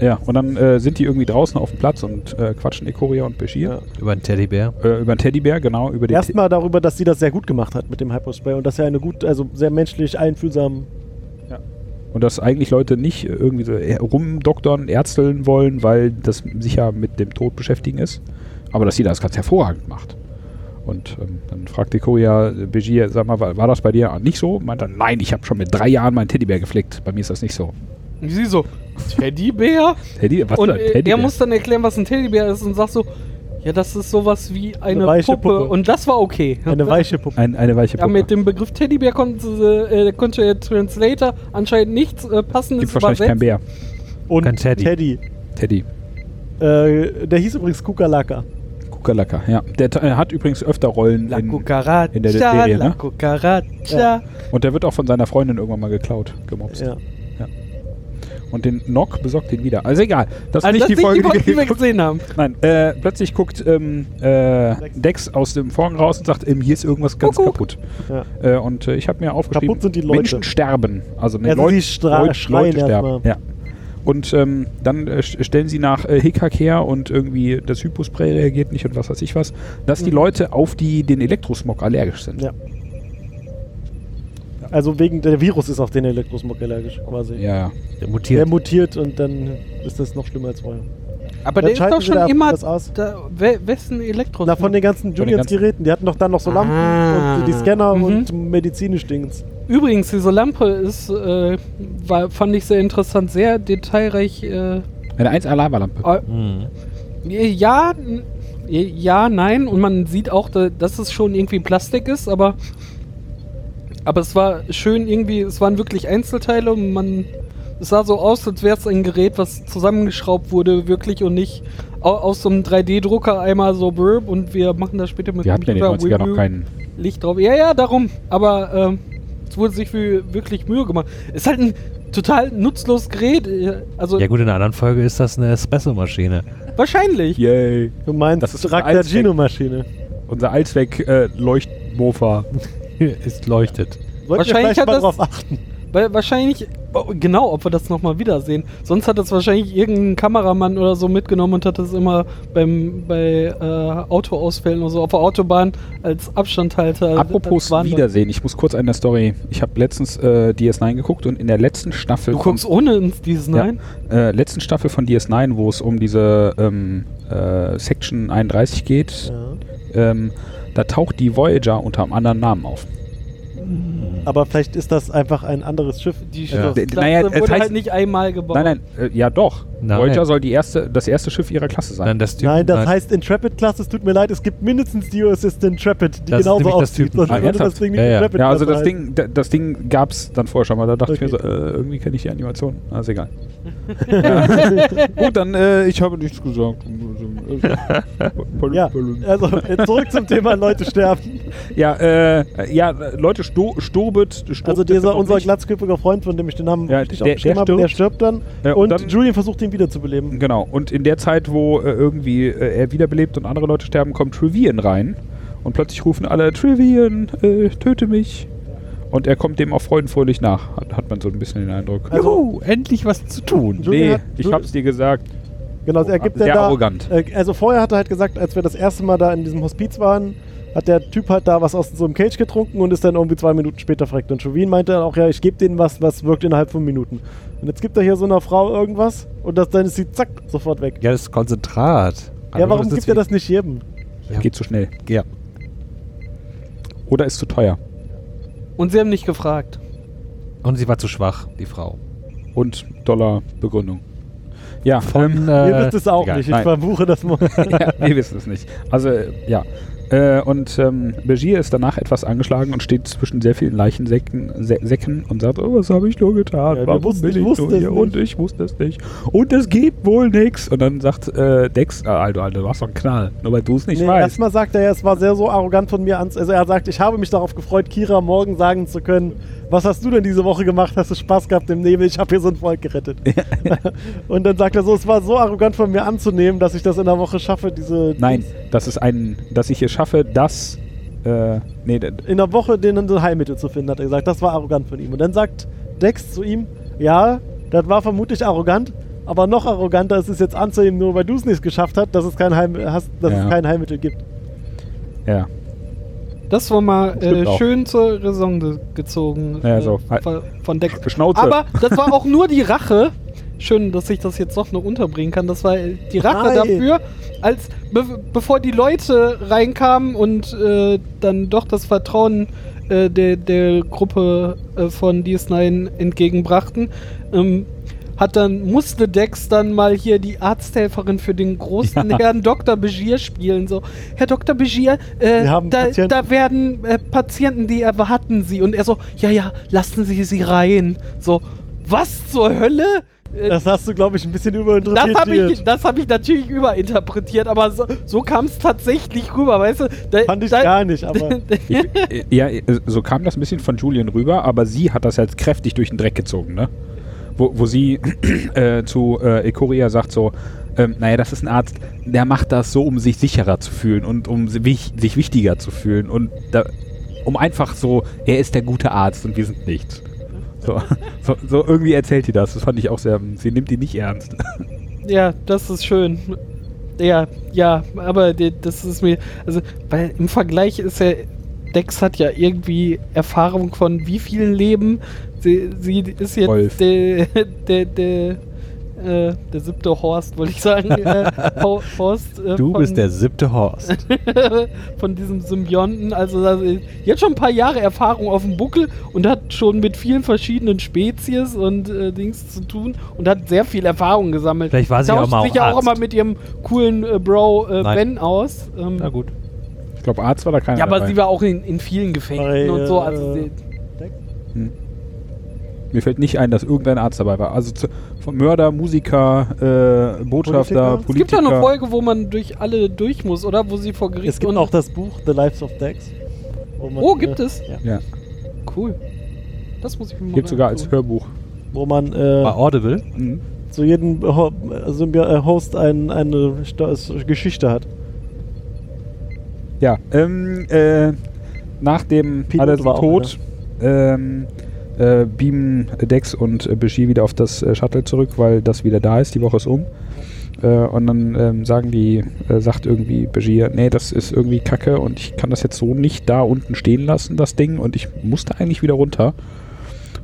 Speaker 4: Ja, und dann äh, sind die irgendwie draußen auf dem Platz und äh, quatschen Ikoria und Bashir.
Speaker 6: Über einen Teddybär.
Speaker 4: Äh, über den Teddybär, genau, über den Te-
Speaker 5: Erstmal darüber, dass sie das sehr gut gemacht hat mit dem Hypospray und dass er eine gut, also sehr menschlich einfühlsam.
Speaker 4: Und dass eigentlich Leute nicht äh, irgendwie so äh, rumdoktern, ärzteln wollen, weil das sich ja mit dem Tod beschäftigen ist. Aber dass sie das ganz hervorragend macht. Und ähm, dann fragte Koya äh, Begier, sag mal, war, war das bei dir nicht so? Meint dann, nein, ich habe schon mit drei Jahren meinen Teddybär geflickt. Bei mir ist das nicht so.
Speaker 7: Und Sie so, Teddybär?
Speaker 4: Teddy, was
Speaker 7: und
Speaker 4: für ein
Speaker 7: äh,
Speaker 4: Teddybär?
Speaker 7: er muss dann erklären, was ein Teddybär ist und sagt so, ja, das ist sowas wie eine,
Speaker 5: weiche
Speaker 7: Puppe.
Speaker 5: Puppe.
Speaker 7: Und das war okay.
Speaker 5: Eine weiche Puppe.
Speaker 4: ein, eine weiche
Speaker 7: [LAUGHS] Ja,
Speaker 4: Puppe.
Speaker 7: mit dem Begriff Teddybär konnte, äh, konnte der Translator anscheinend nichts äh, passendes
Speaker 4: Gibt wahrscheinlich keinen Bär.
Speaker 5: Und
Speaker 6: Kein Teddy.
Speaker 4: Teddy.
Speaker 5: Äh, der hieß übrigens Kukalaka.
Speaker 4: Kukalaka, ja. Der t- äh, hat übrigens öfter Rollen.
Speaker 7: La
Speaker 4: In,
Speaker 7: cucaracha,
Speaker 4: in der Serie,
Speaker 7: la
Speaker 4: ne?
Speaker 7: cucaracha.
Speaker 5: Ja.
Speaker 4: und der wird auch von seiner Freundin irgendwann mal geklaut, gemobst.
Speaker 5: Ja.
Speaker 4: Und den Nock besorgt ihn wieder. Also egal. Das ist
Speaker 7: Also
Speaker 4: nicht
Speaker 7: das
Speaker 4: die Folge,
Speaker 7: die wir
Speaker 4: geguckt
Speaker 7: gesehen haben.
Speaker 4: Nein, äh, plötzlich guckt ähm, äh, Dex aus dem Vorhang raus und sagt, ähm, hier ist irgendwas ganz
Speaker 7: Kuckuck.
Speaker 4: kaputt.
Speaker 5: Ja.
Speaker 4: Äh, und äh, ich habe mir aufgeschrieben,
Speaker 5: Kaputt sind die Leute.
Speaker 4: Menschen sterben. Also, ne,
Speaker 5: Also
Speaker 4: Leut-
Speaker 5: sie stra-
Speaker 4: Leut-
Speaker 5: schreien
Speaker 4: Leute sterben.
Speaker 5: erstmal.
Speaker 4: Ja. Und ähm, dann äh, st- stellen sie nach äh, Hickhack her und irgendwie das Hypospray reagiert nicht und was weiß ich was, dass die Leute auf die, den Elektrosmog allergisch sind.
Speaker 5: Mhm. Ja. Also wegen der Virus ist auf den Elektrosmog allergisch quasi.
Speaker 4: ja.
Speaker 6: Der
Speaker 5: Der
Speaker 6: mutiert.
Speaker 5: mutiert und dann ist das noch schlimmer als vorher.
Speaker 7: Aber
Speaker 5: Dann
Speaker 7: der ist
Speaker 5: schalten
Speaker 7: doch
Speaker 5: sie
Speaker 7: schon
Speaker 5: da
Speaker 7: immer
Speaker 5: das aus.
Speaker 7: da, we- wessen Elektro.
Speaker 5: Na, von den ganzen
Speaker 4: den
Speaker 5: Julians
Speaker 4: ganzen-
Speaker 5: Geräten. Die hatten doch dann noch so Lampen
Speaker 7: Ah.
Speaker 5: und die Scanner
Speaker 7: Mhm.
Speaker 5: und medizinisch Dings.
Speaker 7: Übrigens, diese Lampe ist, äh, war, fand ich sehr interessant, sehr detailreich. Äh,
Speaker 4: Eine 1 Alarmalampe.
Speaker 5: Ah,
Speaker 7: äh,
Speaker 6: Mhm.
Speaker 5: Hm.
Speaker 7: ja, n- äh, ja, nein. Und man sieht auch, da- dass es schon irgendwie Plastik ist, aber. Aber es war schön irgendwie, es waren wirklich Einzelteile und man. Es sah so aus, als wäre es ein Gerät, was zusammengeschraubt wurde, wirklich und nicht au- aus so einem 3D-Drucker einmal so burp und wir machen das später mit
Speaker 4: Wir hatten ja in den 90ern noch
Speaker 7: Review.
Speaker 4: keinen.
Speaker 7: Licht drauf. Ja, ja, darum. Aber ähm, es wurde sich wie- wirklich Mühe gemacht. Ist halt ein total nutzloses Gerät. äh, Also
Speaker 6: Ja gut, in einer anderen Folge ist das eine Espresso-Maschine.
Speaker 7: wahrscheinlich.
Speaker 4: Yay.
Speaker 5: Du meinst
Speaker 4: Das ist das
Speaker 5: Raktagino-Maschine.
Speaker 4: Unser äh, Allzweck-Leuchtmofa.
Speaker 6: ist leuchtet.
Speaker 5: Sollten wir
Speaker 7: Wahrscheinlich
Speaker 5: vielleicht
Speaker 7: hat
Speaker 5: mal
Speaker 7: das-
Speaker 5: drauf achten.
Speaker 7: Weil wahrscheinlich, oh, genau, ob wir das nochmal wiedersehen. Sonst hat das wahrscheinlich irgendein Kameramann oder so mitgenommen und hat das immer beim, bei äh, Autoausfällen oder so auf der Autobahn als Abstandhalter.
Speaker 4: Apropos
Speaker 7: als Warnung.
Speaker 4: Wiedersehen, ich muss kurz an der Story. Ich habe letztens äh, DS9 geguckt und in der letzten Staffel.
Speaker 7: Du guckst ohne ins diesen
Speaker 4: ja,
Speaker 7: ein.
Speaker 4: äh, letzten Staffel von DS9, wo es um diese ähm, äh, Section 31 geht,
Speaker 5: Ja.
Speaker 4: ähm, da taucht die Voyager unter einem anderen Namen auf.
Speaker 5: Aber vielleicht ist das einfach ein anderes Schiff.
Speaker 7: Die
Speaker 4: Ja.
Speaker 7: Schiffsklasse
Speaker 4: Naja, es
Speaker 7: wurde
Speaker 4: heißt-
Speaker 7: halt nicht einmal gebaut.
Speaker 4: Nein, nein, äh, ja doch.
Speaker 6: Nein.
Speaker 4: Voyager soll die erste, das erste Schiff ihrer Klasse sein.
Speaker 6: Nein, das Typ,
Speaker 5: Nein, das heißt Intrepid-Klasse, es tut mir leid, es gibt mindestens die USS Intrepid, die
Speaker 6: Das ist
Speaker 5: genauso
Speaker 6: nämlich das
Speaker 5: aussieht.
Speaker 6: Typen-
Speaker 5: Sonst
Speaker 4: Ah,
Speaker 5: würde das
Speaker 4: ernsthaft?
Speaker 5: Ding nicht
Speaker 6: Ja, ja.
Speaker 5: Intrepid
Speaker 4: ja, also das
Speaker 5: heißen.
Speaker 4: Ding, da- das Ding gab es dann vorher schon mal. Da dachte ich mir
Speaker 5: Okay.
Speaker 4: so, äh, irgendwie kenne ich die Animation. Ah, ist
Speaker 5: [LAUGHS]
Speaker 4: egal. ja. [LAUGHS] Gut, dann, äh, ich habe nichts gesagt.
Speaker 5: Ja, also äh, zurück zum Thema Leute sterben.
Speaker 4: Ja, äh, ja, Leute, sto storbet, storbet.
Speaker 5: Also dieser,
Speaker 4: auch
Speaker 5: unser
Speaker 4: nicht.
Speaker 5: glatzköpfiger Freund, von dem ich den Namen
Speaker 4: Ja,
Speaker 5: richtig
Speaker 4: der- der
Speaker 5: aufgeschrieben habe,
Speaker 4: stirbt.
Speaker 5: der stirbt dann.
Speaker 4: Ja, und
Speaker 5: und
Speaker 4: dann-
Speaker 5: Julian versucht ihn wiederzubeleben.
Speaker 4: Genau. Und in der Zeit, wo äh, irgendwie äh, er wiederbelebt und andere Leute sterben, kommt Trivian rein. Und plötzlich rufen alle, Trivian, äh, töte mich. Und er kommt dem auch freudenfröhlich nach, hat, hat man so ein bisschen den Eindruck.
Speaker 5: Also-
Speaker 6: Juhu, endlich was zu tun.
Speaker 5: Julian
Speaker 4: nee,
Speaker 5: hat-
Speaker 4: ich hab's dir gesagt.
Speaker 5: Genau, also er gibt
Speaker 4: Sehr
Speaker 5: dann da,
Speaker 4: arrogant.
Speaker 5: Äh, also vorher hat er halt gesagt, als wir das erste Mal da in diesem Hospiz waren, hat der Typ halt da was aus so einem Cage getrunken und ist dann irgendwie zwei Minuten später verreckt. Und Chauvin meinte dann auch, ja, ich gebe denen was, was wirkt innerhalb von Minuten. Und jetzt gibt er hier so einer Frau irgendwas und das, dann ist sie zack, sofort weg.
Speaker 6: Ja, das ist Konzentrat. Also,
Speaker 5: ja, warum
Speaker 6: das
Speaker 5: gibt er das nicht jedem?
Speaker 6: Ja.
Speaker 4: Geht zu schnell.
Speaker 6: Ja.
Speaker 4: Oder ist zu teuer.
Speaker 7: Und sie haben nicht gefragt.
Speaker 6: Und sie war zu schwach, die Frau.
Speaker 4: Und Dollar Begründung.
Speaker 5: [LAUGHS]
Speaker 4: Ja, ähm,
Speaker 5: Ihr wisst es auch
Speaker 6: Äh, egal.
Speaker 5: nicht, ich
Speaker 4: nein. [LAUGHS]
Speaker 5: verbuche das mal.
Speaker 4: ja, wir wissen es nicht. Also, äh, ja. Äh, und ähm, Begier ist danach etwas angeschlagen und steht zwischen sehr vielen Leichensäcken Sä Säcken und sagt, oh, was habe ich nur getan?
Speaker 5: Ja, wir
Speaker 4: Warum
Speaker 5: wussten-
Speaker 4: bin
Speaker 5: ich
Speaker 4: ich,
Speaker 5: wusste
Speaker 4: nur
Speaker 5: es
Speaker 4: hier?
Speaker 5: nicht."
Speaker 4: Und ich wusste es nicht. Und es gibt wohl nichts. Und dann sagt äh, Dex, äh, Alter, Alter, du hast doch einen Knall. Nur weil du es nicht
Speaker 5: Nee,
Speaker 4: weißt.
Speaker 5: erstmal sagt er, es war sehr so arrogant von mir an. Also er sagt, ich habe mich darauf gefreut, Kira morgen sagen zu können, was hast du denn diese Woche gemacht? Hast du Spaß gehabt im Nebel? Ich habe hier so ein Volk gerettet. [LAUGHS] und dann sagt er so, es war so arrogant von mir anzunehmen, dass ich das in der Woche schaffe, diese
Speaker 4: Nein, das ist ein, dass ich es schaffe, dass. Äh, nee, d-
Speaker 5: in der Woche denen so Heilmittel zu finden, hat er gesagt. Das war arrogant von ihm. Und dann sagt Dex zu ihm, ja, das war vermutlich arrogant, aber noch arroganter ist es jetzt anzunehmen, nur weil du es nicht geschafft hast, dass es kein, Heim hast, dass
Speaker 4: Ja.
Speaker 5: es kein Heilmittel gibt.
Speaker 4: ja.
Speaker 7: Das war mal äh,
Speaker 4: Stimmt auch.
Speaker 7: schön zur Raison ge gezogen.
Speaker 4: Ja, halt
Speaker 7: äh,
Speaker 4: so.
Speaker 7: von- Von Dex.
Speaker 4: [LAUGHS] Schnauze.
Speaker 7: Aber das war auch nur die Rache. Schön, dass ich das jetzt noch nur unterbringen kann. Das war äh, die Rache
Speaker 5: Nein.
Speaker 7: dafür, als be bevor die Leute reinkamen und äh, dann doch das Vertrauen äh, der, der Gruppe äh, von DS9 entgegenbrachten, ähm, hat dann musste Dex dann mal hier die Arzthelferin für den großen Herrn Dr. Begier spielen. So, Herr Dr. Begier, äh,
Speaker 5: Wir haben
Speaker 7: da,
Speaker 5: Patienten.
Speaker 7: da werden äh, Patienten, die erwarten sie. Und er so, ja, ja, lassen Sie sie rein. So, was zur Hölle? Äh,
Speaker 5: Das hast du, glaube ich, ein bisschen überinterpretiert.
Speaker 7: das habe ich, das hab ich natürlich überinterpretiert, aber so, so kam es tatsächlich rüber, weißt du? Da,
Speaker 5: Fand ich
Speaker 7: da,
Speaker 5: gar nicht,
Speaker 7: [LAUGHS]
Speaker 5: aber
Speaker 4: Ich, äh, ja, äh, so kam das ein bisschen von Julian rüber, aber sie hat das jetzt kräftig durch den Dreck gezogen, ne? Wo, wo sie äh, zu äh, Ikoria sagt so, ähm, naja, das ist ein Arzt, der macht das so, um sich sicherer zu fühlen und um si- wich, sich wichtiger zu fühlen und da, um einfach so, er ist der gute Arzt und wir sind nichts. So, [LAUGHS] so, so irgendwie erzählt die das, das fand ich auch sehr, sie nimmt die nicht ernst.
Speaker 7: Ja, das ist schön. Ja, ja, aber die- das ist mir. Also, weil im Vergleich ist ja. Dex hat ja irgendwie Erfahrung von wie vielen Leben. Sie, sie ist
Speaker 4: Wolf.
Speaker 7: jetzt der der der äh, der siebte Horst, wollte ich
Speaker 1: [LAUGHS]
Speaker 7: sagen. Äh, Ho- Horst. Äh,
Speaker 1: Du
Speaker 7: von,
Speaker 1: bist der siebte Horst.
Speaker 5: [LAUGHS]
Speaker 7: [LAUGHS] von diesem Symbionten. Also das ist jetzt schon ein paar Jahre Erfahrung auf dem Buckel und hat schon mit vielen verschiedenen Spezies und äh, Dings zu tun und hat sehr viel Erfahrung gesammelt.
Speaker 1: Vielleicht war sie
Speaker 7: Tauscht
Speaker 1: auch mal
Speaker 7: sich
Speaker 1: auch
Speaker 7: ja auch
Speaker 1: Arzt.
Speaker 7: immer mit ihrem coolen äh, Bro äh,
Speaker 1: Nein.
Speaker 7: Ben aus. Ähm,
Speaker 1: Na gut.
Speaker 4: Ich glaube, Arzt war da keiner
Speaker 7: ja, aber
Speaker 4: dabei.
Speaker 7: sie war auch in, in vielen Gefängnissen
Speaker 5: Bei,
Speaker 7: und so.
Speaker 5: äh,
Speaker 7: Also sie,
Speaker 4: Mir fällt nicht ein, dass irgendein Arzt dabei war. Also zu, von Mörder, Musiker, äh, Botschafter,
Speaker 5: Politiker?
Speaker 4: Politiker.
Speaker 7: es gibt ja eine Folge, wo man durch alle durch muss, oder? Wo sie vor Gericht
Speaker 5: es gibt
Speaker 7: und-
Speaker 5: auch das Buch The Lives of Dex. Wo man,
Speaker 7: Oh, gibt
Speaker 5: äh,
Speaker 7: es?
Speaker 5: Ja,
Speaker 4: Ja,
Speaker 7: Cool. Das muss ich mir mal
Speaker 4: gibt sogar als
Speaker 7: reinziehen.
Speaker 4: Hörbuch.
Speaker 5: wo man
Speaker 1: Bei
Speaker 5: äh,
Speaker 1: Audible?
Speaker 4: Mhm.
Speaker 5: zu jedem Ho Symbi- äh, Host ein, eine Sto Geschichte hat.
Speaker 4: Mhm. Ja, ähm, äh, nach dem
Speaker 5: Pilot
Speaker 4: alle sind
Speaker 5: war auch
Speaker 4: tot, ähm, äh, beamen Dex und äh, Begier wieder auf das äh, Shuttle zurück, weil das wieder da ist, die Woche ist um. Äh, und dann ähm, sagen die, äh, sagt irgendwie Begier, nee, das ist irgendwie kacke und ich kann das jetzt so nicht da unten stehen lassen, das Ding, und ich musste eigentlich wieder runter.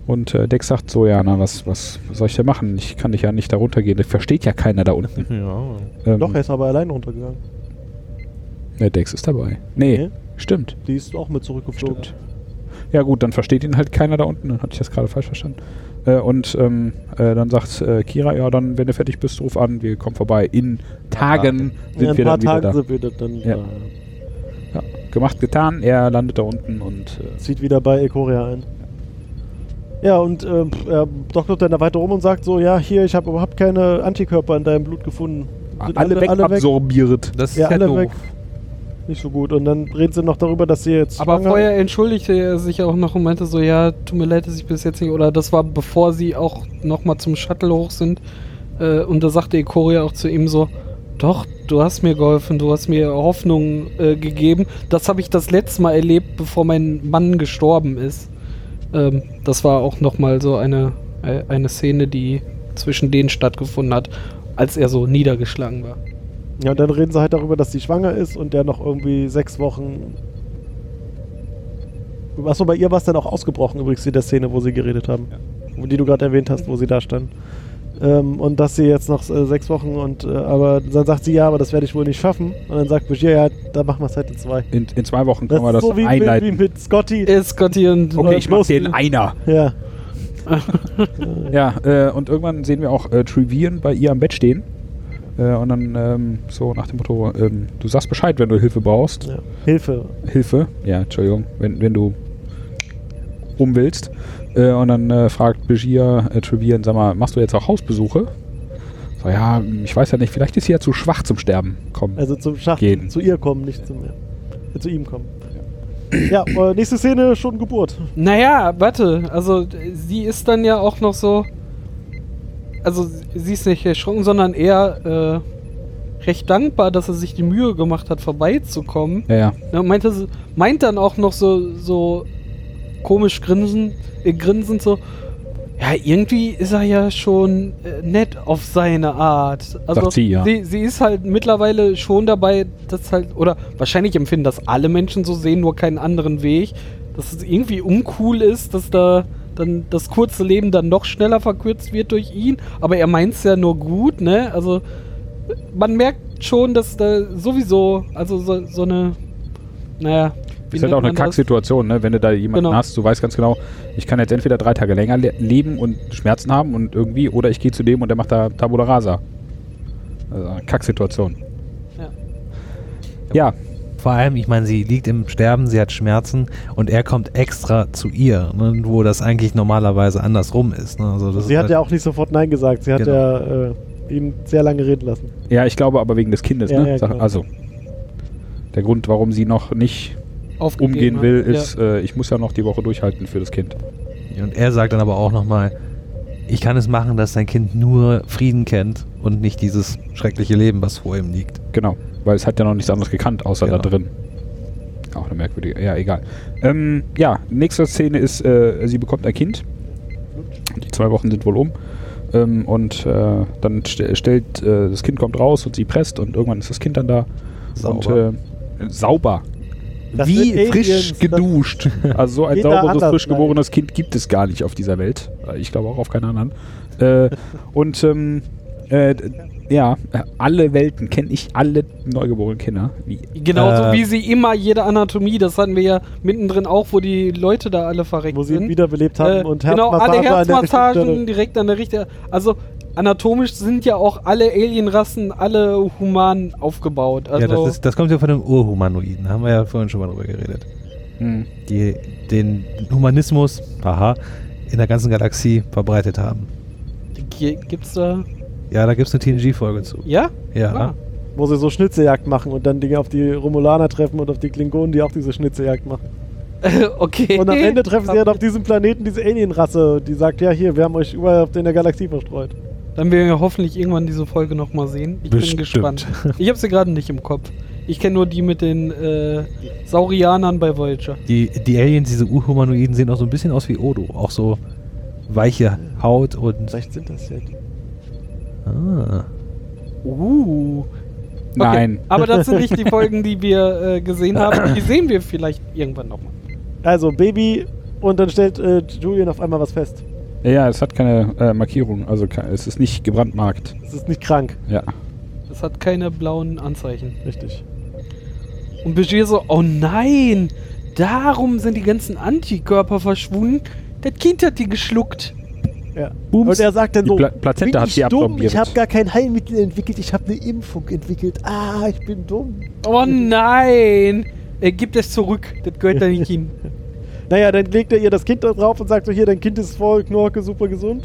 Speaker 4: Und äh, Dex sagt so, ja, na, was, was soll ich denn machen? Ich kann dich ja nicht da runtergehen. Das versteht ja keiner da unten.
Speaker 1: Ja.
Speaker 4: Ähm,
Speaker 5: Doch, er ist aber allein runtergegangen.
Speaker 4: nee, Dex ist dabei. Nee,
Speaker 5: Nee?
Speaker 4: stimmt.
Speaker 5: Die ist auch mit zurückgeflogen.
Speaker 4: Stimmt. Ja gut, dann versteht ihn halt keiner da unten, dann hatte ich das gerade falsch verstanden. Äh, und ähm, äh, dann sagt äh, Kira, ja dann, wenn du fertig bist, ruf an, wir kommen vorbei. In Tagen
Speaker 5: in
Speaker 4: sind
Speaker 5: ein
Speaker 4: wir
Speaker 5: paar
Speaker 4: dann wieder
Speaker 5: Tagen
Speaker 4: da.
Speaker 5: sind wir dann äh,
Speaker 4: Ja.
Speaker 5: da.
Speaker 4: Ja, gemacht, getan, er landet da unten und äh,
Speaker 5: Zieht wieder bei Ekoria ein. Ja, und äh, pff, er doktert dann da weiter rum und sagt so, ja, hier, ich habe überhaupt keine Antikörper in deinem Blut gefunden.
Speaker 4: Ah, alle, wegabsorbiert.
Speaker 6: Das ist
Speaker 5: Ja,
Speaker 6: ja,
Speaker 5: alle
Speaker 6: doof.
Speaker 5: weg. Nicht so gut. Und dann reden sie noch darüber, dass sie jetzt
Speaker 7: Aber
Speaker 5: schwanger-
Speaker 7: vorher entschuldigte er sich auch noch und meinte so, ja, tut mir leid, dass ich bis jetzt nicht, oder das war bevor sie auch nochmal zum Shuttle hoch sind. Äh, und da sagte Ikoria auch zu ihm so, doch, du hast mir geholfen, du hast mir Hoffnung äh, gegeben. Das habe ich das letzte Mal erlebt, bevor mein Mann gestorben ist. Ähm, das war auch nochmal so eine, äh, eine Szene, die zwischen denen stattgefunden hat, als er so niedergeschlagen war.
Speaker 5: Ja, und dann reden sie halt darüber, dass sie schwanger ist und der noch irgendwie sechs Wochen. Achso, bei ihr war es dann auch ausgebrochen, übrigens, in der Szene, wo sie geredet haben. Wo- Die du gerade erwähnt hast, wo sie da standen. Ähm, und dass sie jetzt noch äh, sechs Wochen und. Äh, aber dann sagt sie, ja, aber das werde ich wohl nicht schaffen. Und dann sagt Bajir, ja, da machen wir es halt in zwei.
Speaker 4: In, in zwei Wochen
Speaker 5: Das
Speaker 4: können wir das
Speaker 5: ist so wie, wie, wie
Speaker 4: einleiten.
Speaker 5: mit Scotty. Äh,
Speaker 7: Ist Scotty und
Speaker 4: okay, ich mach den einer.
Speaker 5: Ja.
Speaker 4: Ja, äh, und irgendwann sehen wir auch äh, Trivian bei ihr am Bett stehen. Äh, und dann ähm, so nach dem Motto, ähm, du sagst Bescheid, wenn du Hilfe brauchst.
Speaker 5: Ja. Hilfe.
Speaker 4: Hilfe. Ja, Entschuldigung, wenn, wenn du rum willst. Äh, und dann äh, fragt Begier äh, Trevian, sag mal, machst du jetzt auch Hausbesuche? So, ja, hm, ich weiß ja nicht, vielleicht ist sie ja zu schwach zum Sterben. Komm.
Speaker 5: Also zum Schacht.
Speaker 4: Gehen.
Speaker 5: Zu ihr kommen, nicht zu mir. Äh, zu ihm kommen. Ja, äh, nächste Szene, schon Geburt.
Speaker 7: Naja, warte, also d- sie ist dann ja auch noch so. Also sie ist nicht erschrocken, sondern eher äh, recht dankbar, dass er sich die Mühe gemacht hat, vorbeizukommen.
Speaker 4: ja, ja.
Speaker 7: Ne, meint, das, meint dann auch noch so, so komisch grinsen, äh, grinsend so. Ja, irgendwie ist er ja schon äh, nett auf seine Art. Also
Speaker 4: Sagt sie, ja.
Speaker 7: sie, sie ist halt mittlerweile schon dabei, dass halt, oder wahrscheinlich empfinden das alle Menschen so, sehen nur keinen anderen Weg, dass es irgendwie uncool ist, dass da dann das kurze Leben dann noch schneller verkürzt wird durch ihn, aber er meint es ja nur gut, ne? Also man merkt schon, dass da sowieso, also so, so eine, naja. wie
Speaker 4: Ist halt
Speaker 7: nennt
Speaker 4: auch eine
Speaker 7: man das?
Speaker 4: Kacksituation, ne? wenn du da jemanden
Speaker 7: Genau.
Speaker 4: hast, du weißt ganz genau, ich kann jetzt entweder drei Tage länger le leben und Schmerzen haben und irgendwie, oder ich gehe zu dem und der macht da Tabula Rasa. Also eine Kacksituation.
Speaker 7: Ja.
Speaker 4: Ja,
Speaker 6: Vor allem, ich meine, sie liegt im Sterben, sie hat Schmerzen und er kommt extra zu ihr, ne, wo das eigentlich normalerweise andersrum ist. Ne? Also das
Speaker 5: Sie
Speaker 6: ist
Speaker 5: hat ja auch nicht sofort Nein gesagt. Sie hat
Speaker 6: Genau.
Speaker 5: ja äh, ihn sehr lange reden lassen.
Speaker 4: ja, ich glaube aber wegen des Kindes.
Speaker 5: Ja,
Speaker 4: ne?
Speaker 5: ja,
Speaker 4: Sag-
Speaker 5: genau.
Speaker 4: Also, der Grund, warum sie noch nicht
Speaker 7: Aufgegeben
Speaker 4: umgehen
Speaker 7: hat.
Speaker 4: will,
Speaker 7: Ja.
Speaker 4: ist, äh, ich muss ja noch die Woche durchhalten für das Kind.
Speaker 6: Und er sagt dann aber auch nochmal, ich kann es machen, dass dein Kind nur Frieden kennt und nicht dieses schreckliche Leben, was vor ihm liegt.
Speaker 4: Genau, weil es hat ja noch nichts anderes gekannt, außer
Speaker 6: Genau.
Speaker 4: da drin. Auch eine merkwürdige, ja, egal. Ähm, ja, nächste Szene ist, äh, sie bekommt ein Kind. Die zwei Wochen sind wohl um. Ähm, und äh, dann st stellt, äh, das Kind kommt raus und sie presst und irgendwann ist das Kind dann da.
Speaker 6: Sauber.
Speaker 4: Und, äh, sauber.
Speaker 5: Das
Speaker 4: Wie
Speaker 5: sind
Speaker 4: frisch
Speaker 5: Aliens,
Speaker 4: geduscht. Also so ein
Speaker 5: Jeder
Speaker 4: sauberes,
Speaker 5: anders
Speaker 4: frisch geborenes Kind gibt es gar nicht auf dieser Welt. Ich glaube auch auf keiner anderen.
Speaker 5: [LAUGHS]
Speaker 4: Äh, und ähm, äh, d- ja, alle Welten kenne ich, alle neugeborenen Kinder. Wie,
Speaker 7: Genauso
Speaker 6: Äh,
Speaker 7: wie sie immer jede Anatomie, das hatten wir ja mittendrin auch, wo die Leute da alle verreckt
Speaker 5: Wo sie ihn
Speaker 7: sind.
Speaker 5: wiederbelebt
Speaker 7: äh,
Speaker 5: haben und
Speaker 7: genau, alle
Speaker 5: an der richtigen [LAUGHS]
Speaker 7: Herzmassagen
Speaker 5: Stelle.
Speaker 7: direkt an der richtigen. Also anatomisch sind ja auch alle Alienrassen, alle human aufgebaut. Also
Speaker 6: ja, das, ist, das kommt ja von dem Urhumanoiden, da haben wir ja vorhin schon mal drüber geredet.
Speaker 4: Hm.
Speaker 6: Die den Humanismus, haha, in der ganzen Galaxie verbreitet haben.
Speaker 7: Ge- gibt's da.
Speaker 6: Ja, da gibt es eine TNG-Folge zu.
Speaker 7: Ja? [LAUGHS]
Speaker 6: Ja.
Speaker 7: Ah.
Speaker 5: Wo sie so Schnitzeljagd machen und dann Dinge auf die Romulaner treffen und auf die Klingonen, die auch diese Schnitzeljagd machen.
Speaker 7: [LAUGHS] okay.
Speaker 5: Und am Ende treffen sie dann auf diesem Planeten diese Alienrasse, die sagt, ja hier, wir haben euch überall auf- in der Galaxie verstreut.
Speaker 7: Dann werden wir hoffentlich irgendwann diese Folge nochmal sehen. Ich
Speaker 1: Bestimmt.
Speaker 7: bin gespannt. Ich habe sie gerade nicht im Kopf. Ich kenne nur die mit den äh, Saurianern bei Voyager.
Speaker 6: Die, die Aliens, diese Urhumanoiden, sehen auch so ein bisschen aus wie Odo. Auch so weiche Haut und.
Speaker 5: Vielleicht sind das ja die.
Speaker 6: Ah.
Speaker 7: Uh.
Speaker 4: Nein.
Speaker 7: Aber das sind nicht die Folgen, die wir äh, gesehen haben. Die sehen wir vielleicht irgendwann nochmal.
Speaker 5: Also Baby und dann stellt äh, Julian auf einmal was fest.
Speaker 4: Ja, es hat keine äh, Markierung, also ke- es ist nicht gebrandmarkt.
Speaker 5: Es ist nicht krank,
Speaker 4: Ja.
Speaker 7: Es hat keine blauen Anzeichen.
Speaker 5: richtig.
Speaker 7: Und Begier so, oh nein, darum sind die ganzen Antikörper verschwunden. Das Kind hat die geschluckt.
Speaker 5: Ja.
Speaker 4: Bums.
Speaker 5: Und er sagt dann
Speaker 4: Die
Speaker 5: so,
Speaker 4: Pla Plazenta
Speaker 5: bin
Speaker 4: hat
Speaker 5: ich
Speaker 4: sie
Speaker 5: dumm,
Speaker 4: absorbiert.
Speaker 5: ich habe gar kein Heilmittel entwickelt, ich habe eine Impfung entwickelt. Ah, ich bin dumm.
Speaker 7: Oh nein. Er gibt es zurück. Das gehört da nicht hin.
Speaker 5: Naja, dann legt er ihr das Kind da drauf und sagt so, hier, dein Kind ist voll Knorke, super gesund.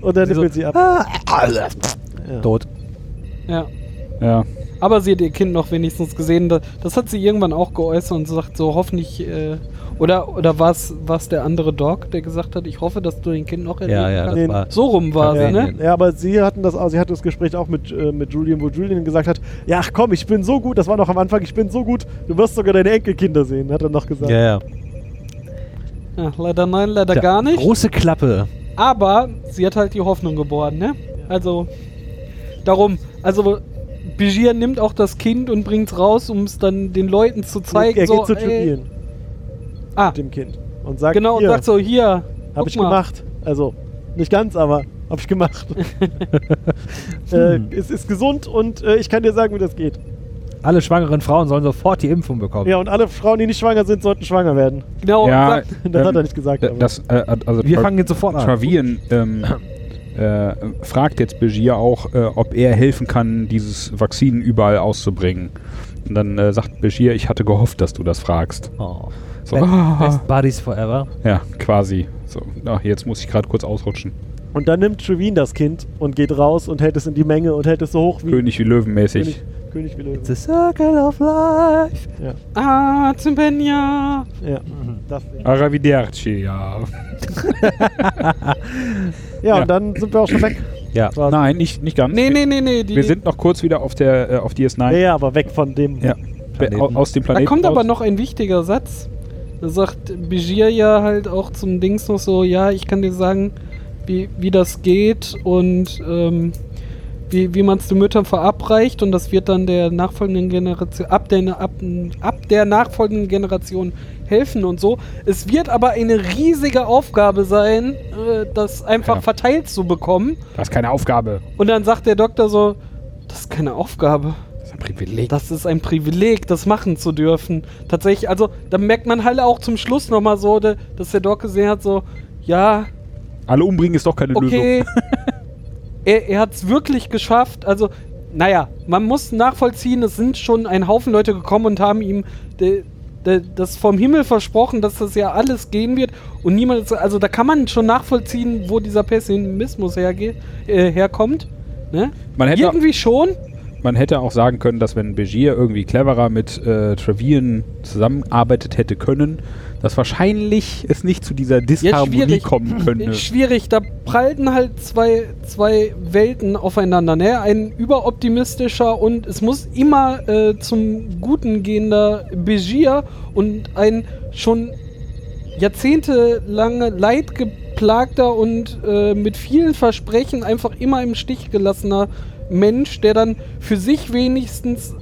Speaker 5: Und dann
Speaker 6: Sie so,
Speaker 5: nippelt sie "Ah, ab. Ja.
Speaker 6: Tot.
Speaker 7: Ja.
Speaker 4: ja.
Speaker 7: Aber sie hat ihr Kind noch wenigstens gesehen. Da- Das hat sie irgendwann auch geäußert und sagt so, hoffentlich, äh, oder, oder war es der andere Dog, der gesagt hat, ich hoffe, dass du dein Kind noch erleben
Speaker 6: Ja, ja,
Speaker 7: kannst.
Speaker 5: Nee.
Speaker 6: das war.
Speaker 7: So rum war sie, ne?
Speaker 6: Karenien.
Speaker 5: Ja, aber sie hatten das, auch- sie hatte das Gespräch auch mit, äh, mit Julian, wo Julian gesagt hat, ja ach komm, ich bin so gut, das war noch am Anfang, ich bin so gut, du wirst sogar deine Enkelkinder sehen, hat er noch gesagt.
Speaker 6: Ja, ja.
Speaker 7: Ja, leider nein, leider
Speaker 6: Tja,
Speaker 7: gar nicht.
Speaker 6: Große Klappe.
Speaker 7: Aber sie hat halt die Hoffnung geboren, ne? Also, darum. Also, Bijir nimmt auch das Kind und bringt's raus, um es dann den Leuten zu zeigen.
Speaker 5: er
Speaker 7: so,
Speaker 5: geht zu
Speaker 7: ey.
Speaker 5: Julian
Speaker 7: Ah,
Speaker 5: mit dem Kind und sagt,
Speaker 7: genau, und
Speaker 5: hier,
Speaker 7: sagt so, hier.
Speaker 5: hab
Speaker 7: guck
Speaker 5: ich
Speaker 7: mal.
Speaker 5: gemacht. Also, nicht ganz, aber hab
Speaker 7: [LAUGHS]
Speaker 5: ich gemacht.
Speaker 7: Hm.
Speaker 5: äh, es ist gesund und äh, ich kann dir sagen, wie das geht.
Speaker 6: Alle schwangeren Frauen sollen sofort die Impfung bekommen.
Speaker 5: Ja, und alle Frauen, die nicht schwanger sind, sollten schwanger werden. [LAUGHS]
Speaker 7: Genau, und
Speaker 4: ja
Speaker 7: sagt,
Speaker 5: Oh Das hat er nicht gesagt,
Speaker 4: äh,
Speaker 5: aber-
Speaker 4: Das, äh, also
Speaker 6: Wir
Speaker 4: Tra-
Speaker 6: fangen jetzt sofort an.
Speaker 4: Travian ähm, äh, fragt jetzt Begier auch, äh, ob er helfen kann, dieses Vakzin überall auszubringen. Und dann äh, sagt Begier, ich hatte gehofft, dass du das fragst.
Speaker 6: Oh.
Speaker 4: So,
Speaker 6: Be
Speaker 4: [LAUGHS] ah,
Speaker 6: Best Buddies Forever.
Speaker 4: ja, quasi. So, ach, jetzt muss ich gerade kurz ausrutschen.
Speaker 5: Und dann nimmt Trevin das Kind und geht raus und hält es in die Menge und hält es so hoch wie
Speaker 4: König wie Löwenmäßig.
Speaker 5: König, König wie Löwe.
Speaker 6: The Circle of Life.
Speaker 5: Ja,
Speaker 7: Ah, Zimbenia.
Speaker 5: ja.
Speaker 7: Mhm.
Speaker 5: Das
Speaker 7: Ah,
Speaker 5: Ding.
Speaker 4: Araviderci, ja.
Speaker 5: ja,
Speaker 4: Ja.
Speaker 5: und dann sind wir auch schon weg.
Speaker 6: Ja.
Speaker 4: Nein, nicht, nicht ganz.
Speaker 7: Nee, nee,
Speaker 4: Wir-
Speaker 7: nee, nee. Die,
Speaker 4: Wir sind noch kurz wieder auf der äh, auf DS9.
Speaker 5: Ja, ja, aber weg von dem.
Speaker 4: Ja. Be- au- Aus dem
Speaker 7: da
Speaker 4: Planeten.
Speaker 7: kommt aber
Speaker 4: raus.
Speaker 7: noch ein wichtiger Satz. Da sagt Begier ja halt auch zum Dings noch so, ja, ich kann dir sagen, wie, wie das geht und ähm, wie, wie man es den Müttern verabreicht und das wird dann der nachfolgenden Generation, ab der, ab, ab der nachfolgenden Generation helfen und so. Es wird aber eine riesige Aufgabe sein, äh, das einfach
Speaker 4: Ja.
Speaker 7: verteilt zu bekommen.
Speaker 4: Das ist keine Aufgabe.
Speaker 7: Und dann sagt der Doktor so, das ist keine Aufgabe.
Speaker 4: Das ist ein Privileg.
Speaker 7: Das ist ein Privileg, das machen zu dürfen. Tatsächlich, also da merkt man halt auch zum Schluss nochmal so, de- dass der Doc gesehen hat, so, ja,
Speaker 4: Alle umbringen ist doch keine Lösung. [LAUGHS]
Speaker 7: okay, er, er hat es wirklich geschafft. Also, naja, man muss nachvollziehen, es sind schon ein Haufen Leute gekommen und haben ihm de, de, das vom Himmel versprochen, dass das ja alles gehen wird. Und niemand, ist, also da kann man schon nachvollziehen, wo dieser Pessimismus herge, äh, herkommt. Ne?
Speaker 4: Man hätte-
Speaker 7: Irgendwie schon.
Speaker 4: Man hätte auch sagen können, dass wenn Begier irgendwie cleverer mit äh, Trevian zusammenarbeitet hätte können, dass wahrscheinlich es nicht zu dieser Disharmonie
Speaker 7: schwierig.
Speaker 4: kommen könnte.
Speaker 7: Schwierig, da prallten halt zwei, zwei Welten aufeinander. Ne? Ein überoptimistischer und es muss immer äh, zum Guten gehender Begier und ein schon jahrzehntelange Leid geplagter und äh, mit vielen Versprechen einfach immer im Stich gelassener Mensch, der dann für sich wenigstens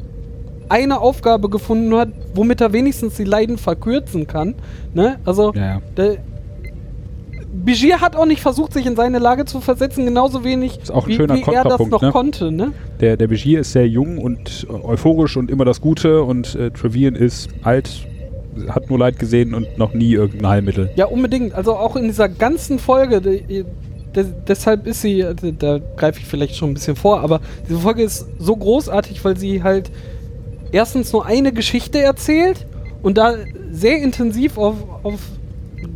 Speaker 7: eine Aufgabe gefunden hat, womit er wenigstens die Leiden verkürzen kann. Ne? Also
Speaker 4: Ja, ja.
Speaker 7: der Bigier hat auch nicht versucht, sich in seine Lage zu versetzen, genauso wenig
Speaker 4: Ist auch ein
Speaker 7: wie,
Speaker 4: schöner
Speaker 7: wie er das
Speaker 4: Kontrapunkt,
Speaker 7: noch
Speaker 4: ne?
Speaker 7: konnte. Ne?
Speaker 4: Der, der Begier ist sehr jung und äh, euphorisch und immer das Gute und äh, Trevian ist alt, hat nur Leid gesehen und noch nie irgendein Heilmittel.
Speaker 7: Ja, unbedingt. Also auch in dieser ganzen Folge, de, de, deshalb ist sie, äh, da greife ich vielleicht schon ein bisschen vor, aber diese Folge ist so großartig, weil sie halt erstens nur eine Geschichte erzählt und da sehr intensiv auf, auf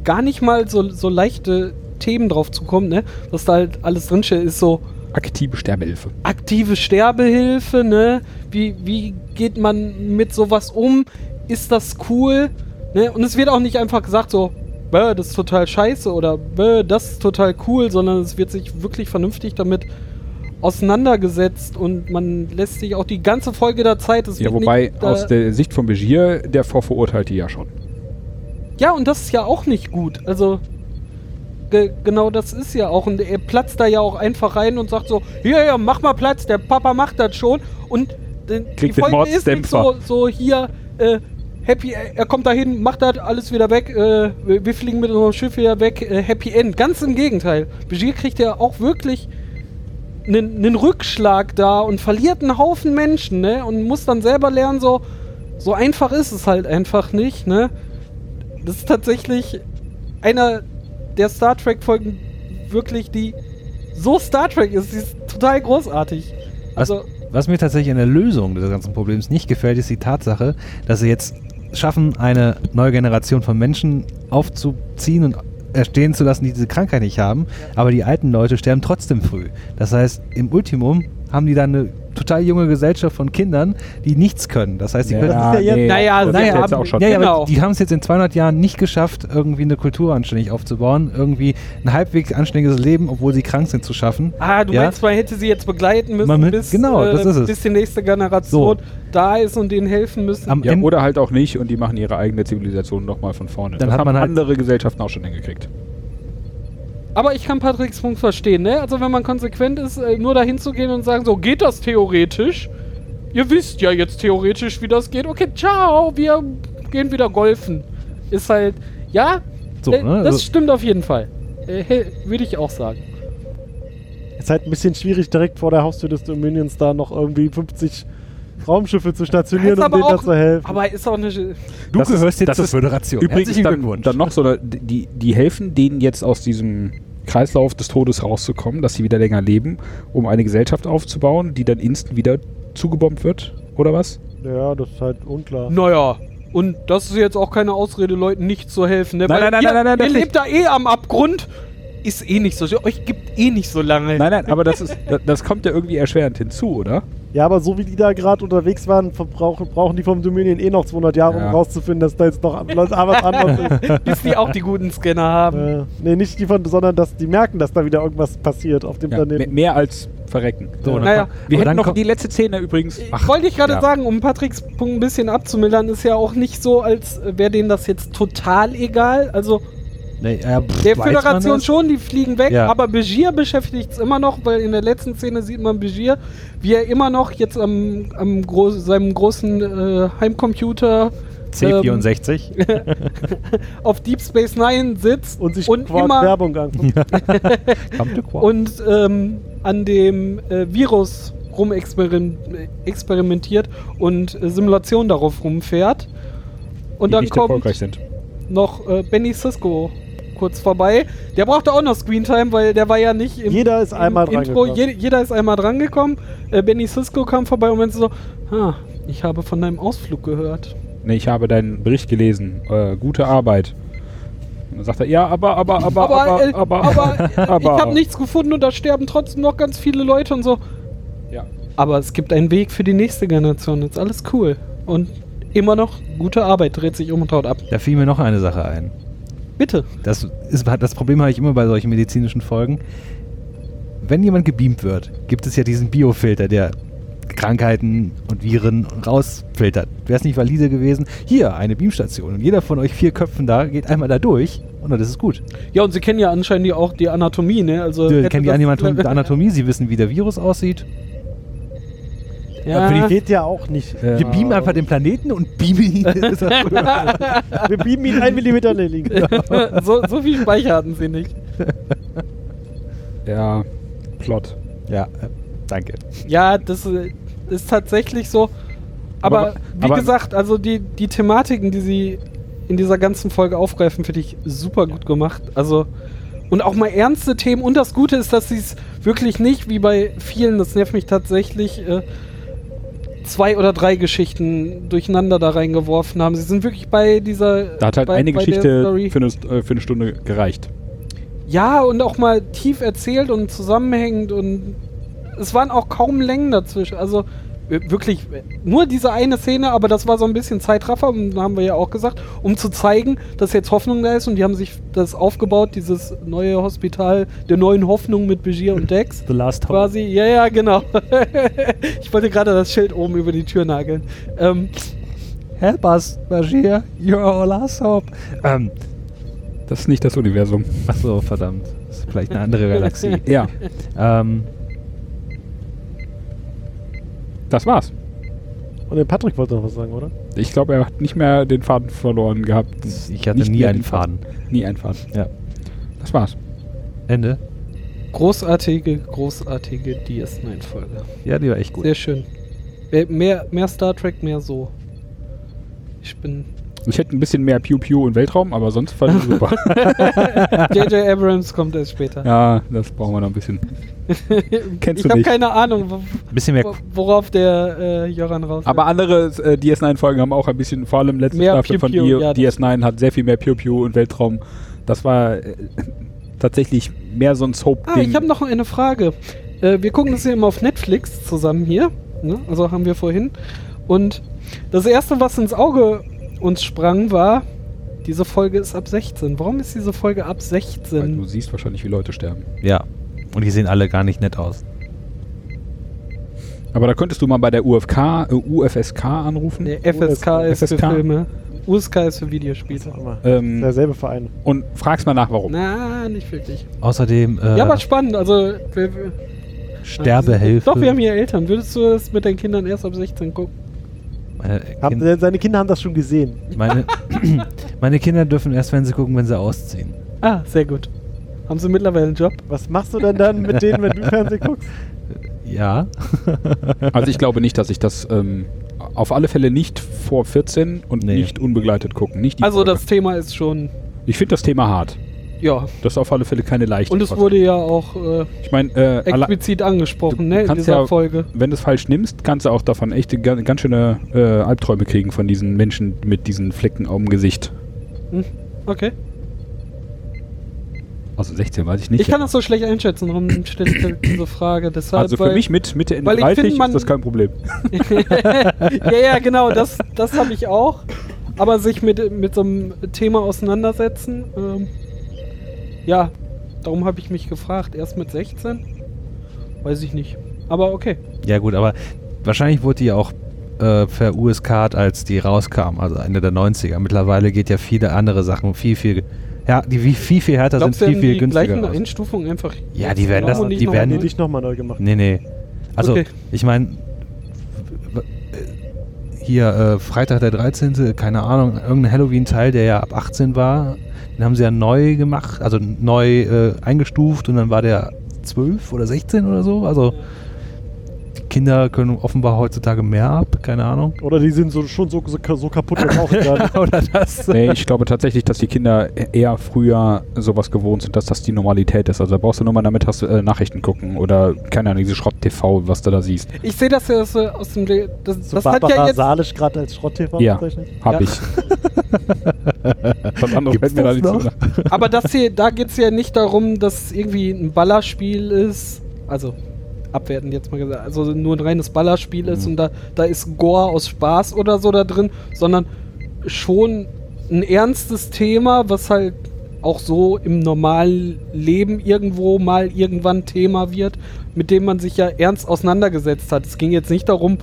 Speaker 7: gar nicht mal so, so leichte Themen drauf zukommt, ne? Was da halt alles drinsteht, ist so,
Speaker 4: Aktive Sterbehilfe.
Speaker 7: aktive Sterbehilfe, ne? Wie, wie geht man mit sowas um? Ist das cool? Ne? Und es wird auch nicht einfach gesagt so, bäh, das ist total scheiße oder bäh, das ist total cool, sondern es wird sich wirklich vernünftig damit auseinandergesetzt und man lässt sich auch die ganze Folge der Zeit. es
Speaker 4: Ja,
Speaker 7: wird
Speaker 4: wobei
Speaker 7: nicht, äh,
Speaker 4: aus der Sicht von Begier, der Vorverurteilte ja schon.
Speaker 7: Ja, und das ist ja auch nicht gut. Also, ge genau das ist ja auch. Und er platzt da ja auch einfach rein und sagt so: Hier, ja, mach mal Platz, der Papa macht das schon. Und äh, die
Speaker 4: Kriegt den
Speaker 7: Folge ist nicht
Speaker 4: Mordsdämpfer.
Speaker 7: so, so hier, äh, Happy, er kommt dahin, macht das, alles wieder weg, äh, wir wir fliegen mit unserem Schiff wieder weg, äh, Happy End. Ganz im Gegenteil. Begier kriegt ja auch wirklich einen, einen Rückschlag da und verliert einen Haufen Menschen, ne? Und muss dann selber lernen, so, so einfach ist es halt einfach nicht, ne? Das ist tatsächlich einer der Star Trek-Folgen wirklich, die so Star Trek ist. Die ist total großartig.
Speaker 6: Was,
Speaker 7: Also,
Speaker 6: was mir tatsächlich an der Lösung des ganzen Problems nicht gefällt, ist die Tatsache, dass sie jetzt schaffen, eine neue Generation von Menschen aufzuziehen und erstehen zu lassen, die diese Krankheit nicht haben, aber die alten Leute sterben trotzdem früh. Das heißt, im Ultimum haben die dann eine total junge Gesellschaft von Kindern, die nichts können. Das heißt, die können
Speaker 5: ist ja jetzt-
Speaker 7: Naja,
Speaker 4: das
Speaker 7: naja,
Speaker 4: ist jetzt
Speaker 7: ab-
Speaker 4: auch schon.
Speaker 6: ja, ja,
Speaker 7: Genau.
Speaker 6: aber die haben es jetzt in 200 Jahren nicht geschafft, irgendwie eine Kultur anständig aufzubauen, irgendwie ein halbwegs anständiges Leben, obwohl sie krank sind, zu schaffen.
Speaker 7: ah, du
Speaker 6: Ja.
Speaker 7: meinst, man hätte sie jetzt begleiten müssen,
Speaker 6: Man mit-
Speaker 7: bis, äh,
Speaker 6: genau, das ist es.
Speaker 7: bis die nächste Generation
Speaker 6: So.
Speaker 7: da ist und denen helfen müssen.
Speaker 6: Am
Speaker 4: Ja,
Speaker 6: Ende-
Speaker 4: oder halt auch nicht und die machen ihre eigene Zivilisation nochmal von vorne.
Speaker 6: Dann
Speaker 4: das
Speaker 6: hat
Speaker 4: haben
Speaker 6: man halt-
Speaker 4: andere Gesellschaften auch schon hingekriegt.
Speaker 7: Aber ich kann Patricks Punkt verstehen, ne? Also wenn man konsequent ist, äh, nur dahin zu gehen und sagen, so geht das theoretisch. Ihr wisst ja jetzt theoretisch, wie das geht. Okay, ciao, wir gehen wieder golfen. Ist halt, ja,
Speaker 6: So,
Speaker 7: äh,
Speaker 6: ne?
Speaker 7: das
Speaker 6: Also-
Speaker 7: stimmt auf jeden Fall. Äh, hey, Würde ich auch sagen.
Speaker 5: Ist halt ein bisschen schwierig, direkt vor der Haustür des Dominions da noch irgendwie 50 Raumschiffe zu stationieren, um denen da zu helfen.
Speaker 7: aber ist auch eine...
Speaker 4: Du
Speaker 6: das gehörst jetzt zur Föderation.
Speaker 4: Übrigens
Speaker 6: Herzlichen
Speaker 4: dann,
Speaker 6: Glückwunsch.
Speaker 4: dann noch so, eine- die, die helfen denen jetzt aus diesem Kreislauf des Todes rauszukommen, dass sie wieder länger leben, um eine Gesellschaft aufzubauen, die dann instant wieder zugebombt wird, oder was?
Speaker 5: Ja, das ist halt unklar.
Speaker 7: Naja, und das ist jetzt auch keine Ausrede, Leuten nicht zu helfen. Ne?
Speaker 4: Nein,
Speaker 7: Weil
Speaker 4: nein, nein,
Speaker 7: ihr,
Speaker 4: nein, nein,
Speaker 7: Ihr
Speaker 4: das
Speaker 7: lebt da eh am Abgrund. Ist eh nicht so. Euch gibt eh nicht so lange.
Speaker 4: Nein, nein, aber das, ist, das, das kommt ja irgendwie erschwerend hinzu, oder?
Speaker 5: Ja, aber so wie die da gerade unterwegs waren, verbrauchen, brauchen die vom Dominion eh noch 200 Jahre,
Speaker 4: Ja.
Speaker 5: um rauszufinden, dass da jetzt noch am- was anderes
Speaker 7: [LAUGHS]
Speaker 5: ist.
Speaker 7: Bis die auch die guten Scanner haben.
Speaker 5: Äh, nee, nicht die von, sondern dass die merken, dass da wieder irgendwas passiert auf dem
Speaker 4: Ja, mehr,
Speaker 5: Planeten.
Speaker 4: mehr als verrecken.
Speaker 1: So, dann
Speaker 7: Naja,
Speaker 1: Und
Speaker 4: Wir hätten
Speaker 1: dann
Speaker 4: noch
Speaker 1: kommt-
Speaker 4: die letzte Szene übrigens.
Speaker 7: Ach, Wollte ich gerade
Speaker 4: ja.
Speaker 7: sagen, um Patricks Punkt ein bisschen abzumildern, ist ja auch nicht so, als wäre denen das jetzt total egal. Also
Speaker 1: Nee, ja, pff,
Speaker 7: der
Speaker 1: weiß man
Speaker 7: Föderation
Speaker 1: das?
Speaker 7: schon, die fliegen weg,
Speaker 1: Ja.
Speaker 7: aber Begier beschäftigt es immer noch, weil in der letzten Szene sieht man Begier, wie er immer noch jetzt am, am gro seinem großen äh, Heimcomputer
Speaker 6: ähm,
Speaker 1: C64.
Speaker 7: auf Deep Space Nine sitzt
Speaker 5: Und sich
Speaker 7: und
Speaker 5: Quark
Speaker 7: immer
Speaker 5: Werbung angucken.
Speaker 7: und ähm, an dem äh, Virus rumexperimentiert und äh, Simulation darauf rumfährt. Und
Speaker 4: die
Speaker 7: dann
Speaker 4: nicht
Speaker 7: kommt
Speaker 4: erfolgreich sind.
Speaker 7: noch äh, Benny Sisko kurz vorbei. Der brauchte auch noch Screentime, weil der war ja nicht im,
Speaker 5: Jeder ist
Speaker 7: im
Speaker 5: einmal
Speaker 7: Intro.
Speaker 5: drangekommen.
Speaker 7: Je, jeder ist einmal drangekommen. Äh, Benny Sisko kam vorbei und meinte so, ha, ich habe von deinem Ausflug gehört.
Speaker 4: Nee, ich habe deinen Bericht gelesen. Äh, gute Arbeit. Und dann sagt er, ja, aber, aber, aber, aber, aber,
Speaker 7: äh,
Speaker 4: aber, [LAUGHS]
Speaker 7: aber, äh, ich habe nichts gefunden und da sterben trotzdem noch ganz viele Leute und so.
Speaker 4: Ja.
Speaker 7: Aber es gibt einen Weg für die nächste Generation. Ist alles cool. Und immer noch gute Arbeit. Dreht sich um und haut ab.
Speaker 6: Da fiel mir noch eine Sache ein.
Speaker 7: Bitte.
Speaker 6: Das, ist, das Problem habe ich immer bei solchen medizinischen Folgen. Wenn jemand gebeamt wird, gibt es ja diesen Biofilter, der Krankheiten und Viren rausfiltert. Wäre es nicht valide gewesen? Hier, eine Beamstation. Und jeder von euch vier Köpfen da geht einmal da durch und dann ist es gut.
Speaker 7: Ja, und sie kennen ja anscheinend ja auch die Anatomie, ne? Also
Speaker 6: Die
Speaker 7: hätte
Speaker 6: kennen die
Speaker 7: das-
Speaker 6: [LAUGHS]
Speaker 7: [LAUGHS]
Speaker 6: Anatomie, Anatomie, sie wissen, wie der Virus aussieht.
Speaker 7: Ja,
Speaker 5: Die geht ja auch nicht.
Speaker 4: Ja.
Speaker 6: Wir beamen einfach den Planeten und beamen ihn. Das ist das früher.
Speaker 5: Wir bieben ihn einen Millimeter in der Linie.
Speaker 7: [LAUGHS] so, so viel Speicher hatten sie nicht.
Speaker 4: Ja, Plot.
Speaker 6: [LAUGHS] ja, äh, danke.
Speaker 7: Ja, das äh, ist tatsächlich so. Aber,
Speaker 4: Aber-
Speaker 7: wie
Speaker 4: aber-
Speaker 7: gesagt, also die, die Thematiken, die sie in dieser ganzen Folge aufgreifen, finde ich super gut gemacht. Also und auch mal ernste Themen. Und das Gute ist, dass sie es wirklich nicht wie bei vielen, das nervt mich tatsächlich, äh, zwei oder drei Geschichten durcheinander da reingeworfen haben. Sie sind wirklich bei dieser.
Speaker 4: Da hat halt
Speaker 7: bei,
Speaker 4: eine
Speaker 7: bei der
Speaker 4: Geschichte
Speaker 7: Story-
Speaker 4: für eine, äh, für eine Stunde gereicht.
Speaker 7: Ja, und auch mal tief erzählt und zusammenhängend und es waren auch kaum Längen dazwischen. Also äh, wirklich äh, nur diese eine Szene, aber das war so ein bisschen Zeitraffer, und haben wir ja auch gesagt, um zu zeigen, dass jetzt Hoffnung da ist und die haben sich das aufgebaut, dieses neue Hospital der neuen Hoffnung mit Begier und Dex.
Speaker 1: The Last Hope.
Speaker 7: Quasi, ja, ja, genau. [LAUGHS] ich wollte gerade das Schild oben über die Tür nageln. Ähm,
Speaker 6: Help us, Bashir. You're our last hope. Ähm,
Speaker 4: Das ist nicht das Universum.
Speaker 6: ach so, verdammt. Das ist vielleicht eine
Speaker 4: [LAUGHS]
Speaker 6: andere Galaxie.
Speaker 4: Ja,
Speaker 6: ähm,
Speaker 4: das war's.
Speaker 5: Und der Patrick wollte noch was sagen, oder?
Speaker 4: Ich glaube, er hat nicht mehr den Faden verloren gehabt.
Speaker 6: ich hatte
Speaker 4: Nicht
Speaker 6: nie
Speaker 4: mehr
Speaker 6: einen
Speaker 4: den
Speaker 6: Faden.
Speaker 4: Nie einen Faden.
Speaker 6: Ja.
Speaker 4: Das war's.
Speaker 6: Ende.
Speaker 7: großartige, großartige DS9-Folge.
Speaker 6: Ja, die war echt gut.
Speaker 7: Sehr schön. Äh, Mehr, mehr Star Trek, mehr so. Ich bin.
Speaker 4: Ich hätte ein bisschen mehr Pew Pew und Weltraum, aber sonst fand ich
Speaker 7: [LAUGHS]
Speaker 4: super. [LAUGHS]
Speaker 7: JJ Abrams kommt erst später.
Speaker 4: ja, das brauchen wir noch ein bisschen. kennst
Speaker 7: ich
Speaker 4: du
Speaker 7: habe
Speaker 4: nicht.
Speaker 7: keine Ahnung, wo-
Speaker 6: Bisschen mehr.
Speaker 7: wo- worauf der äh, Joran raus will.
Speaker 4: Aber andere äh, DS9-Folgen haben auch ein bisschen, vor allem letzte
Speaker 7: Mehr
Speaker 4: Staffel
Speaker 7: Pew
Speaker 4: von
Speaker 7: Pew,
Speaker 4: Io-
Speaker 7: ja, das-
Speaker 4: DS9 hat sehr viel mehr Pew Pew und Weltraum. Das war äh, tatsächlich mehr so ein
Speaker 7: Ah,
Speaker 4: Soap-Ding.
Speaker 7: ich habe noch eine Frage. Äh, wir gucken das ja immer auf Netflix zusammen hier. Ne? Also haben wir vorhin. Und das erste, was ins Auge uns sprang, war, diese Folge ist ab 16. Warum ist diese Folge ab
Speaker 4: Weil du
Speaker 7: 16?
Speaker 4: siehst wahrscheinlich, wie Leute sterben.
Speaker 6: Ja. Und die sehen alle gar nicht nett aus.
Speaker 4: Aber da könntest du mal bei der UFK, äh, UFSK anrufen.
Speaker 7: Nee, FSK ist für
Speaker 4: FSK?
Speaker 7: Filme. USK ist für Videospiele.
Speaker 4: Ähm,
Speaker 5: Derselbe Verein.
Speaker 4: und fragst mal nach, warum.
Speaker 7: Ne? Na, nicht wirklich.
Speaker 6: Außerdem äh,
Speaker 7: Ja, aber spannend. Also, wir- wir-
Speaker 6: Sterbehilfe.
Speaker 7: Doch, wir haben hier Eltern. Würdest du das mit deinen Kindern erst ab 16 gucken?
Speaker 6: meine,
Speaker 5: Haben,
Speaker 6: kind,
Speaker 5: seine Kinder haben das schon gesehen.
Speaker 6: Äh, meine, [CLEARS THROAT] meine Kinder dürfen erst, wenn sie gucken, wenn sie ausziehen.
Speaker 7: Ah, sehr gut. Haben sie mittlerweile einen Job?
Speaker 5: Was machst du denn dann mit denen, wenn du Fernsehen guckst?
Speaker 6: Ja.
Speaker 4: Also ich glaube nicht, dass ich das ähm, auf alle Fälle nicht vor 14 und
Speaker 6: Nee.
Speaker 4: nicht unbegleitet gucken. Nicht die
Speaker 7: also,
Speaker 4: Folge.
Speaker 7: das Thema ist schon.
Speaker 4: ich finde das Thema hart.
Speaker 7: Ja.
Speaker 4: Das ist auf alle Fälle keine leichte
Speaker 7: Und es
Speaker 4: Kost.
Speaker 7: wurde ja auch äh,
Speaker 4: Ich meine, äh, alle-
Speaker 7: explizit angesprochen,
Speaker 4: Du- du
Speaker 7: ne, in
Speaker 4: kannst
Speaker 7: dieser
Speaker 4: ja-
Speaker 7: Folge.
Speaker 4: wenn du es falsch nimmst, kannst du auch davon echte ga- ganz schöne äh, Albträume kriegen von diesen Menschen mit diesen Flecken auf dem Gesicht.
Speaker 7: Okay.
Speaker 4: Also 16 weiß ich nicht.
Speaker 7: Ich kann das so schlecht einschätzen, darum stelle ich halt diese Frage. Deshalb,
Speaker 4: also für
Speaker 7: weil,
Speaker 4: mich mit Mitte Ende
Speaker 7: weil ich find,
Speaker 4: 30
Speaker 7: man-
Speaker 4: ist das
Speaker 7: [LAUGHS]
Speaker 4: kein Problem.
Speaker 7: ja, ja, genau, das, das habe ich auch. Aber sich mit, mit so einem Thema auseinandersetzen, ähm, ja, darum habe ich mich gefragt. Erst mit 16? Weiß ich nicht. Aber okay.
Speaker 6: Ja gut, aber wahrscheinlich wurde die ja auch äh, ver-USKt, als die rauskam, also Ende der 90er. Mittlerweile geht ja viele andere Sachen viel, viel, ja, die wie- viel, viel härter sind,
Speaker 7: Glaubst du,
Speaker 6: viel,
Speaker 7: werden
Speaker 6: viel
Speaker 7: die gleichen
Speaker 6: günstiger. Aus.
Speaker 7: Einstufungen einfach.
Speaker 6: Ja,
Speaker 7: jetzt
Speaker 6: die werden
Speaker 7: genommen
Speaker 6: das-
Speaker 7: und nicht
Speaker 6: die
Speaker 7: noch
Speaker 6: werden-
Speaker 7: mal
Speaker 5: Nee,
Speaker 7: neu?
Speaker 5: nicht nochmal neu gemacht.
Speaker 6: Nee, nee. Also,
Speaker 7: Okay.
Speaker 6: ich meine, hier äh, Freitag der 13., keine Ahnung, irgendein Halloween-Teil, der ja ab 18 war, den haben sie ja neu gemacht, also neu äh, eingestuft und dann war der 12 oder 16 oder so. Also, die Kinder können offenbar heutzutage mehr ab, keine Ahnung.
Speaker 5: Oder die sind so, schon so, so, so kaputt, das auch egal.
Speaker 6: oder das.
Speaker 4: nee, ich glaube tatsächlich, dass die Kinder e-, eher früher sowas gewohnt sind, dass das die Normalität ist. Also da brauchst du nur mal damit hast du, äh, Nachrichten gucken oder keine Ahnung, diese Schrott-TV, was du da siehst.
Speaker 7: Ich sehe das ja so aus dem. Le- Das,
Speaker 5: So
Speaker 7: das hat
Speaker 5: Barbara
Speaker 7: ja jetzt.
Speaker 5: Salisch gerade als Schrott-TV
Speaker 4: Ja.
Speaker 5: bezeichnet.
Speaker 7: Ja. [LAUGHS]
Speaker 4: Hab ich. was anderes
Speaker 6: Gibt's
Speaker 4: fällt mir da
Speaker 6: das
Speaker 4: nicht
Speaker 6: noch?
Speaker 4: zu.
Speaker 7: Aber das hier, da geht es ja nicht darum, dass irgendwie ein Ballerspiel ist. Also, abwertend jetzt mal gesagt. Also nur ein reines Ballerspiel
Speaker 4: Mhm.
Speaker 7: ist und da, da ist Gore aus Spaß oder so da drin, sondern schon ein ernstes Thema, was halt auch so im normalen Leben irgendwo mal irgendwann Thema wird, mit dem man sich ja ernst auseinandergesetzt hat. Es ging jetzt nicht darum,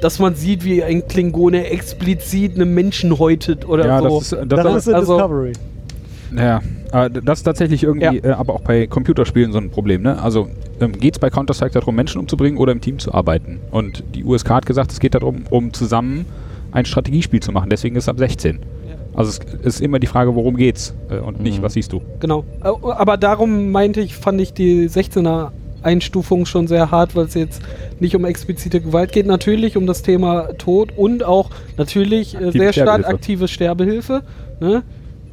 Speaker 7: dass man sieht, wie ein Klingone explizit einem Menschen häutet oder
Speaker 4: Ja,
Speaker 7: so.
Speaker 4: das ist,
Speaker 5: Das,
Speaker 4: das,
Speaker 5: ist in
Speaker 7: also-
Speaker 5: Discovery.
Speaker 4: Ja, aber d- das ist tatsächlich irgendwie
Speaker 7: Ja.
Speaker 4: äh, aber auch bei Computerspielen so ein Problem. Ne? Also ähm, geht es bei Counter-Strike darum, Menschen umzubringen oder im Team zu arbeiten? Und die USK hat gesagt, es geht darum, um zusammen ein Strategiespiel zu machen. Deswegen ist es ab 16.
Speaker 7: Ja.
Speaker 4: Also es ist immer die Frage, worum geht's äh, und nicht, was siehst du.
Speaker 7: Genau. Au- Aber darum meinte ich, fand ich die 16er Einstufung schon sehr hart, weil es jetzt nicht um explizite Gewalt geht. Natürlich um das Thema Tod und auch natürlich äh,
Speaker 4: Aktive
Speaker 7: sehr stark
Speaker 4: Sterbehilfe.
Speaker 7: aktive Sterbehilfe. Ne?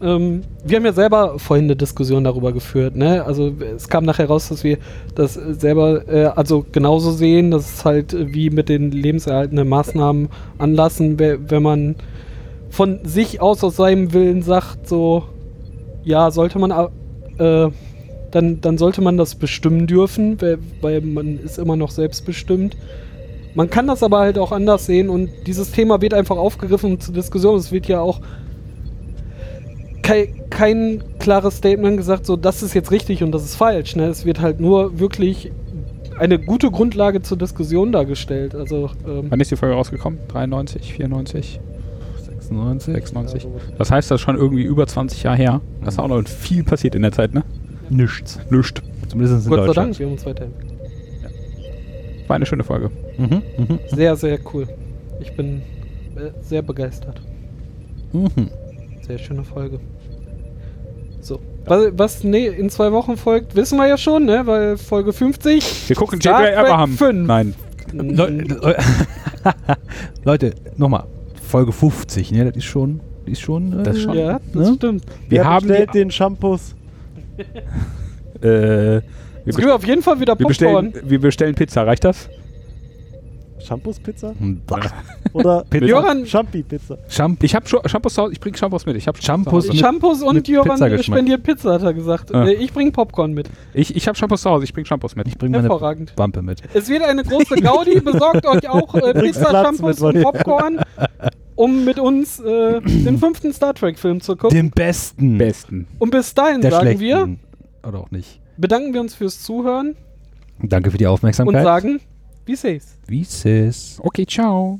Speaker 7: Ähm, wir haben ja selber vorhin eine Diskussion darüber geführt. Ne? Also es kam nachher raus, dass wir das äh, selber äh, also genauso sehen, dass es halt äh, wie mit den lebenserhaltenden Maßnahmen anlassen, we- wenn man von sich aus aus seinem Willen sagt, so ja, sollte man a- äh, dann, dann sollte man das bestimmen dürfen, weil, weil man ist immer noch selbstbestimmt. Man kann das aber halt auch anders sehen und dieses Thema wird einfach aufgegriffen und zur Diskussion. Es wird ja auch kein, kein klares Statement gesagt, so das ist jetzt richtig und das ist falsch. Ne? Es wird halt nur wirklich eine gute Grundlage zur Diskussion dargestellt. Also ähm,
Speaker 4: Wann ist die Folge rausgekommen? 93, 94,
Speaker 6: 96?
Speaker 4: 96? Das heißt, das ist schon irgendwie über 20 Jahre her. Das ist auch noch viel passiert in der Zeit, ne?
Speaker 6: Nichts.
Speaker 4: Nischt.
Speaker 6: Zumindest in
Speaker 7: Gott sei
Speaker 6: Deutschland.
Speaker 7: Dank, wir haben uns weiterentwickelt.
Speaker 4: War eine schöne Folge.
Speaker 6: Mhm, mhm,
Speaker 7: Sehr, sehr cool. Ich bin äh, sehr begeistert.
Speaker 6: mhm.
Speaker 7: Sehr schöne Folge. So. Was, was nee, in zwei Wochen folgt, wissen wir ja schon, ne? Weil Folge 50.
Speaker 4: Wir gucken
Speaker 7: Star
Speaker 4: J.J.
Speaker 7: Trek Mhm.
Speaker 4: Abraham.
Speaker 7: 5.
Speaker 4: Nein.
Speaker 6: Leu- Leu- [LAUGHS] Leute, nochmal. Folge 50, ne? Das ist schon. Die ist schon äh,
Speaker 4: Das ist schon-
Speaker 7: Ja, das
Speaker 6: ne?
Speaker 7: stimmt.
Speaker 4: Wir
Speaker 5: Wer
Speaker 4: haben
Speaker 5: bestellt
Speaker 4: die,
Speaker 5: den Shampoos.
Speaker 4: äh, wir,
Speaker 7: Jetzt können wir auf jeden Fall wieder
Speaker 4: wir, bestellen,
Speaker 7: Popcorn.
Speaker 4: wir bestellen Pizza. Reicht das?
Speaker 5: Shampoos-Pizza?
Speaker 7: Hm,
Speaker 6: Oder
Speaker 5: Oder
Speaker 7: Joran,
Speaker 5: Champi-Pizza?
Speaker 6: Shampoo.
Speaker 4: Ich habe Shampoos zu Hause. Ich bringe Shampoos mit. Ich habe
Speaker 6: Shampoos mit-
Speaker 7: Shampoos und
Speaker 6: mit
Speaker 7: Joran
Speaker 6: Pizzageschmack.
Speaker 7: spendiert Pizza, hat er gesagt.
Speaker 4: Ah.
Speaker 7: Äh, Ich bring Popcorn mit.
Speaker 4: Ich, ich habe Shampoos zu Hause, ich bringe Shampoos mit.
Speaker 6: Ich bringe meine
Speaker 7: Hervorragend.
Speaker 6: Wampe mit.
Speaker 7: Es wird eine große
Speaker 5: [LAUGHS]
Speaker 7: Gaudi. Besorgt euch auch äh, Pizza,
Speaker 5: Platz
Speaker 7: Shampoos
Speaker 5: mit,
Speaker 7: und Popcorn, um mit uns äh, den fünften Star Trek-Film zu gucken.
Speaker 6: Den besten.
Speaker 4: Besten.
Speaker 7: und bis dahin,
Speaker 6: der
Speaker 7: sagen
Speaker 6: schlechten.
Speaker 7: wir,
Speaker 6: Oder auch nicht.
Speaker 7: bedanken wir uns fürs Zuhören
Speaker 6: Danke für die
Speaker 7: und
Speaker 6: Aufmerksamkeit.
Speaker 7: sagen, wie seh's.
Speaker 6: Wie ist es?
Speaker 4: Okay, ciao.